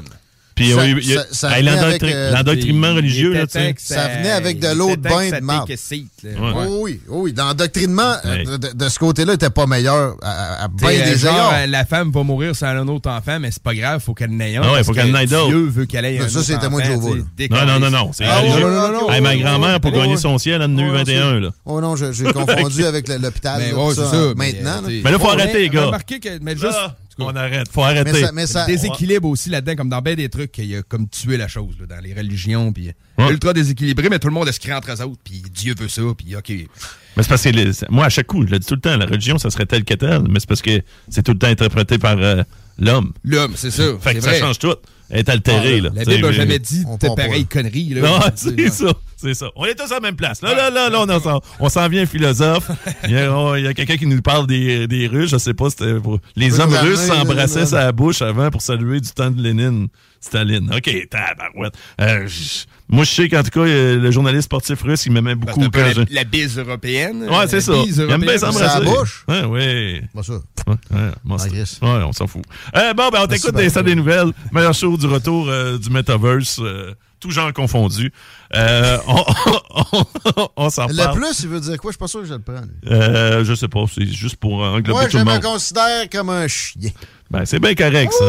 Puis Ça- oui, il y a- ça- ça hey, venait l'endoctri- avec, euh, l'endoctrinement religieux, là, tu sais. Ça venait avec de l'eau de bain de marde. Ouais. Oh oui, oh oui. L'endoctrinement euh, Hey. de, de- de ce côté-là n'était pas meilleur à, à- à bien T'sais, euh, des genre, égards. euh, la femme va mourir sans un autre enfant, mais c'est pas grave, faut qu'elle n'ait un. Ah ouais, parce faut qu'elle que en ait d'autres. Dieu veut qu'elle ait Ça, un. autre c'était moi, enfant, Joe Ah t'sais, Wall. Non, décoller. non, non, non. C'est Ah, ouais, religieux. non, non, non, Hey, non, ma non, grand-mère, pour non, gagner non, son ciel, elle en a eu non, 21, là. Oh non, je- [laughs] j'ai confondu avec le- l'hôpital. Ben là, ouais, tout c'est Ah, ça, ça. Maintenant. là. Mais, euh, Mais là, faut ouais, arrêter, les gars. Remarquez que, mais juste, Ah, en tout cas, on arrête. Faut Mais arrêter. ça, mais ça- le déséquilibre aussi là-dedans, comme dans bien des trucs, qu'il y a comme tué la chose, là, dans les religions, puis Ouais. ultra déséquilibré, mais tout le monde est se crée entre eux autres, puis Dieu veut ça, puis OK. Mais c'est parce que les- c'est- moi, à chaque coup, je le dis tout le temps, la religion, ça serait telle que telle, mais c'est parce que c'est tout le temps interprété par euh, l'homme. L'homme, c'est ça. Fait c'est que vrai. Ah, ça change tout. Elle est altérée, là. La Tu sais, Bible n'a j'ai- jamais dit On t'es part pas, pareil là. connerie, là. Non, Non. c'est ça, c'est ça. On est tous à la même place. Là, là, là, là, on, en s'en- on s'en vient [laughs] philosophe. Il y a, on- il y a quelqu'un qui nous parle des, des Russes. Je sais pas, c'était pour- les Peut-être hommes la russes main, là, s'embrassaient là. sa bouche avant pour saluer du temps de Lénine, Staline. OK, tabarouette. Euh, j- moi, je sais qu'en tout cas, euh, le journaliste sportif russe, il m'aimait Parce beaucoup. que quand t'as la, je- la bise européenne. Ouais, c'est ça. Il Il aime bien s'embrasser. Sa bouche? Ouais, ouais. Pas ça. Ouais, ouais, bon, c'est- yes. ouais, on s'en fout. Euh, bon, ben, on t'écoute des, ça des nouvelles. Meilleur show du retour euh, du Metaverse, euh, tout genre confondu. Euh, on [laughs] on, on s'en Le parle. plus, il veut dire quoi? Je suis pas sûr que je le prends. lui. Euh, je sais pas, c'est juste pour englober Moi, tout je le me monde. considère comme un chien. Ben, c'est bien correct, ça.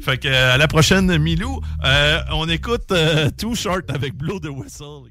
Fait que, euh, à la prochaine, Milou. Euh, on écoute euh, Too Short avec Blow the Whistle.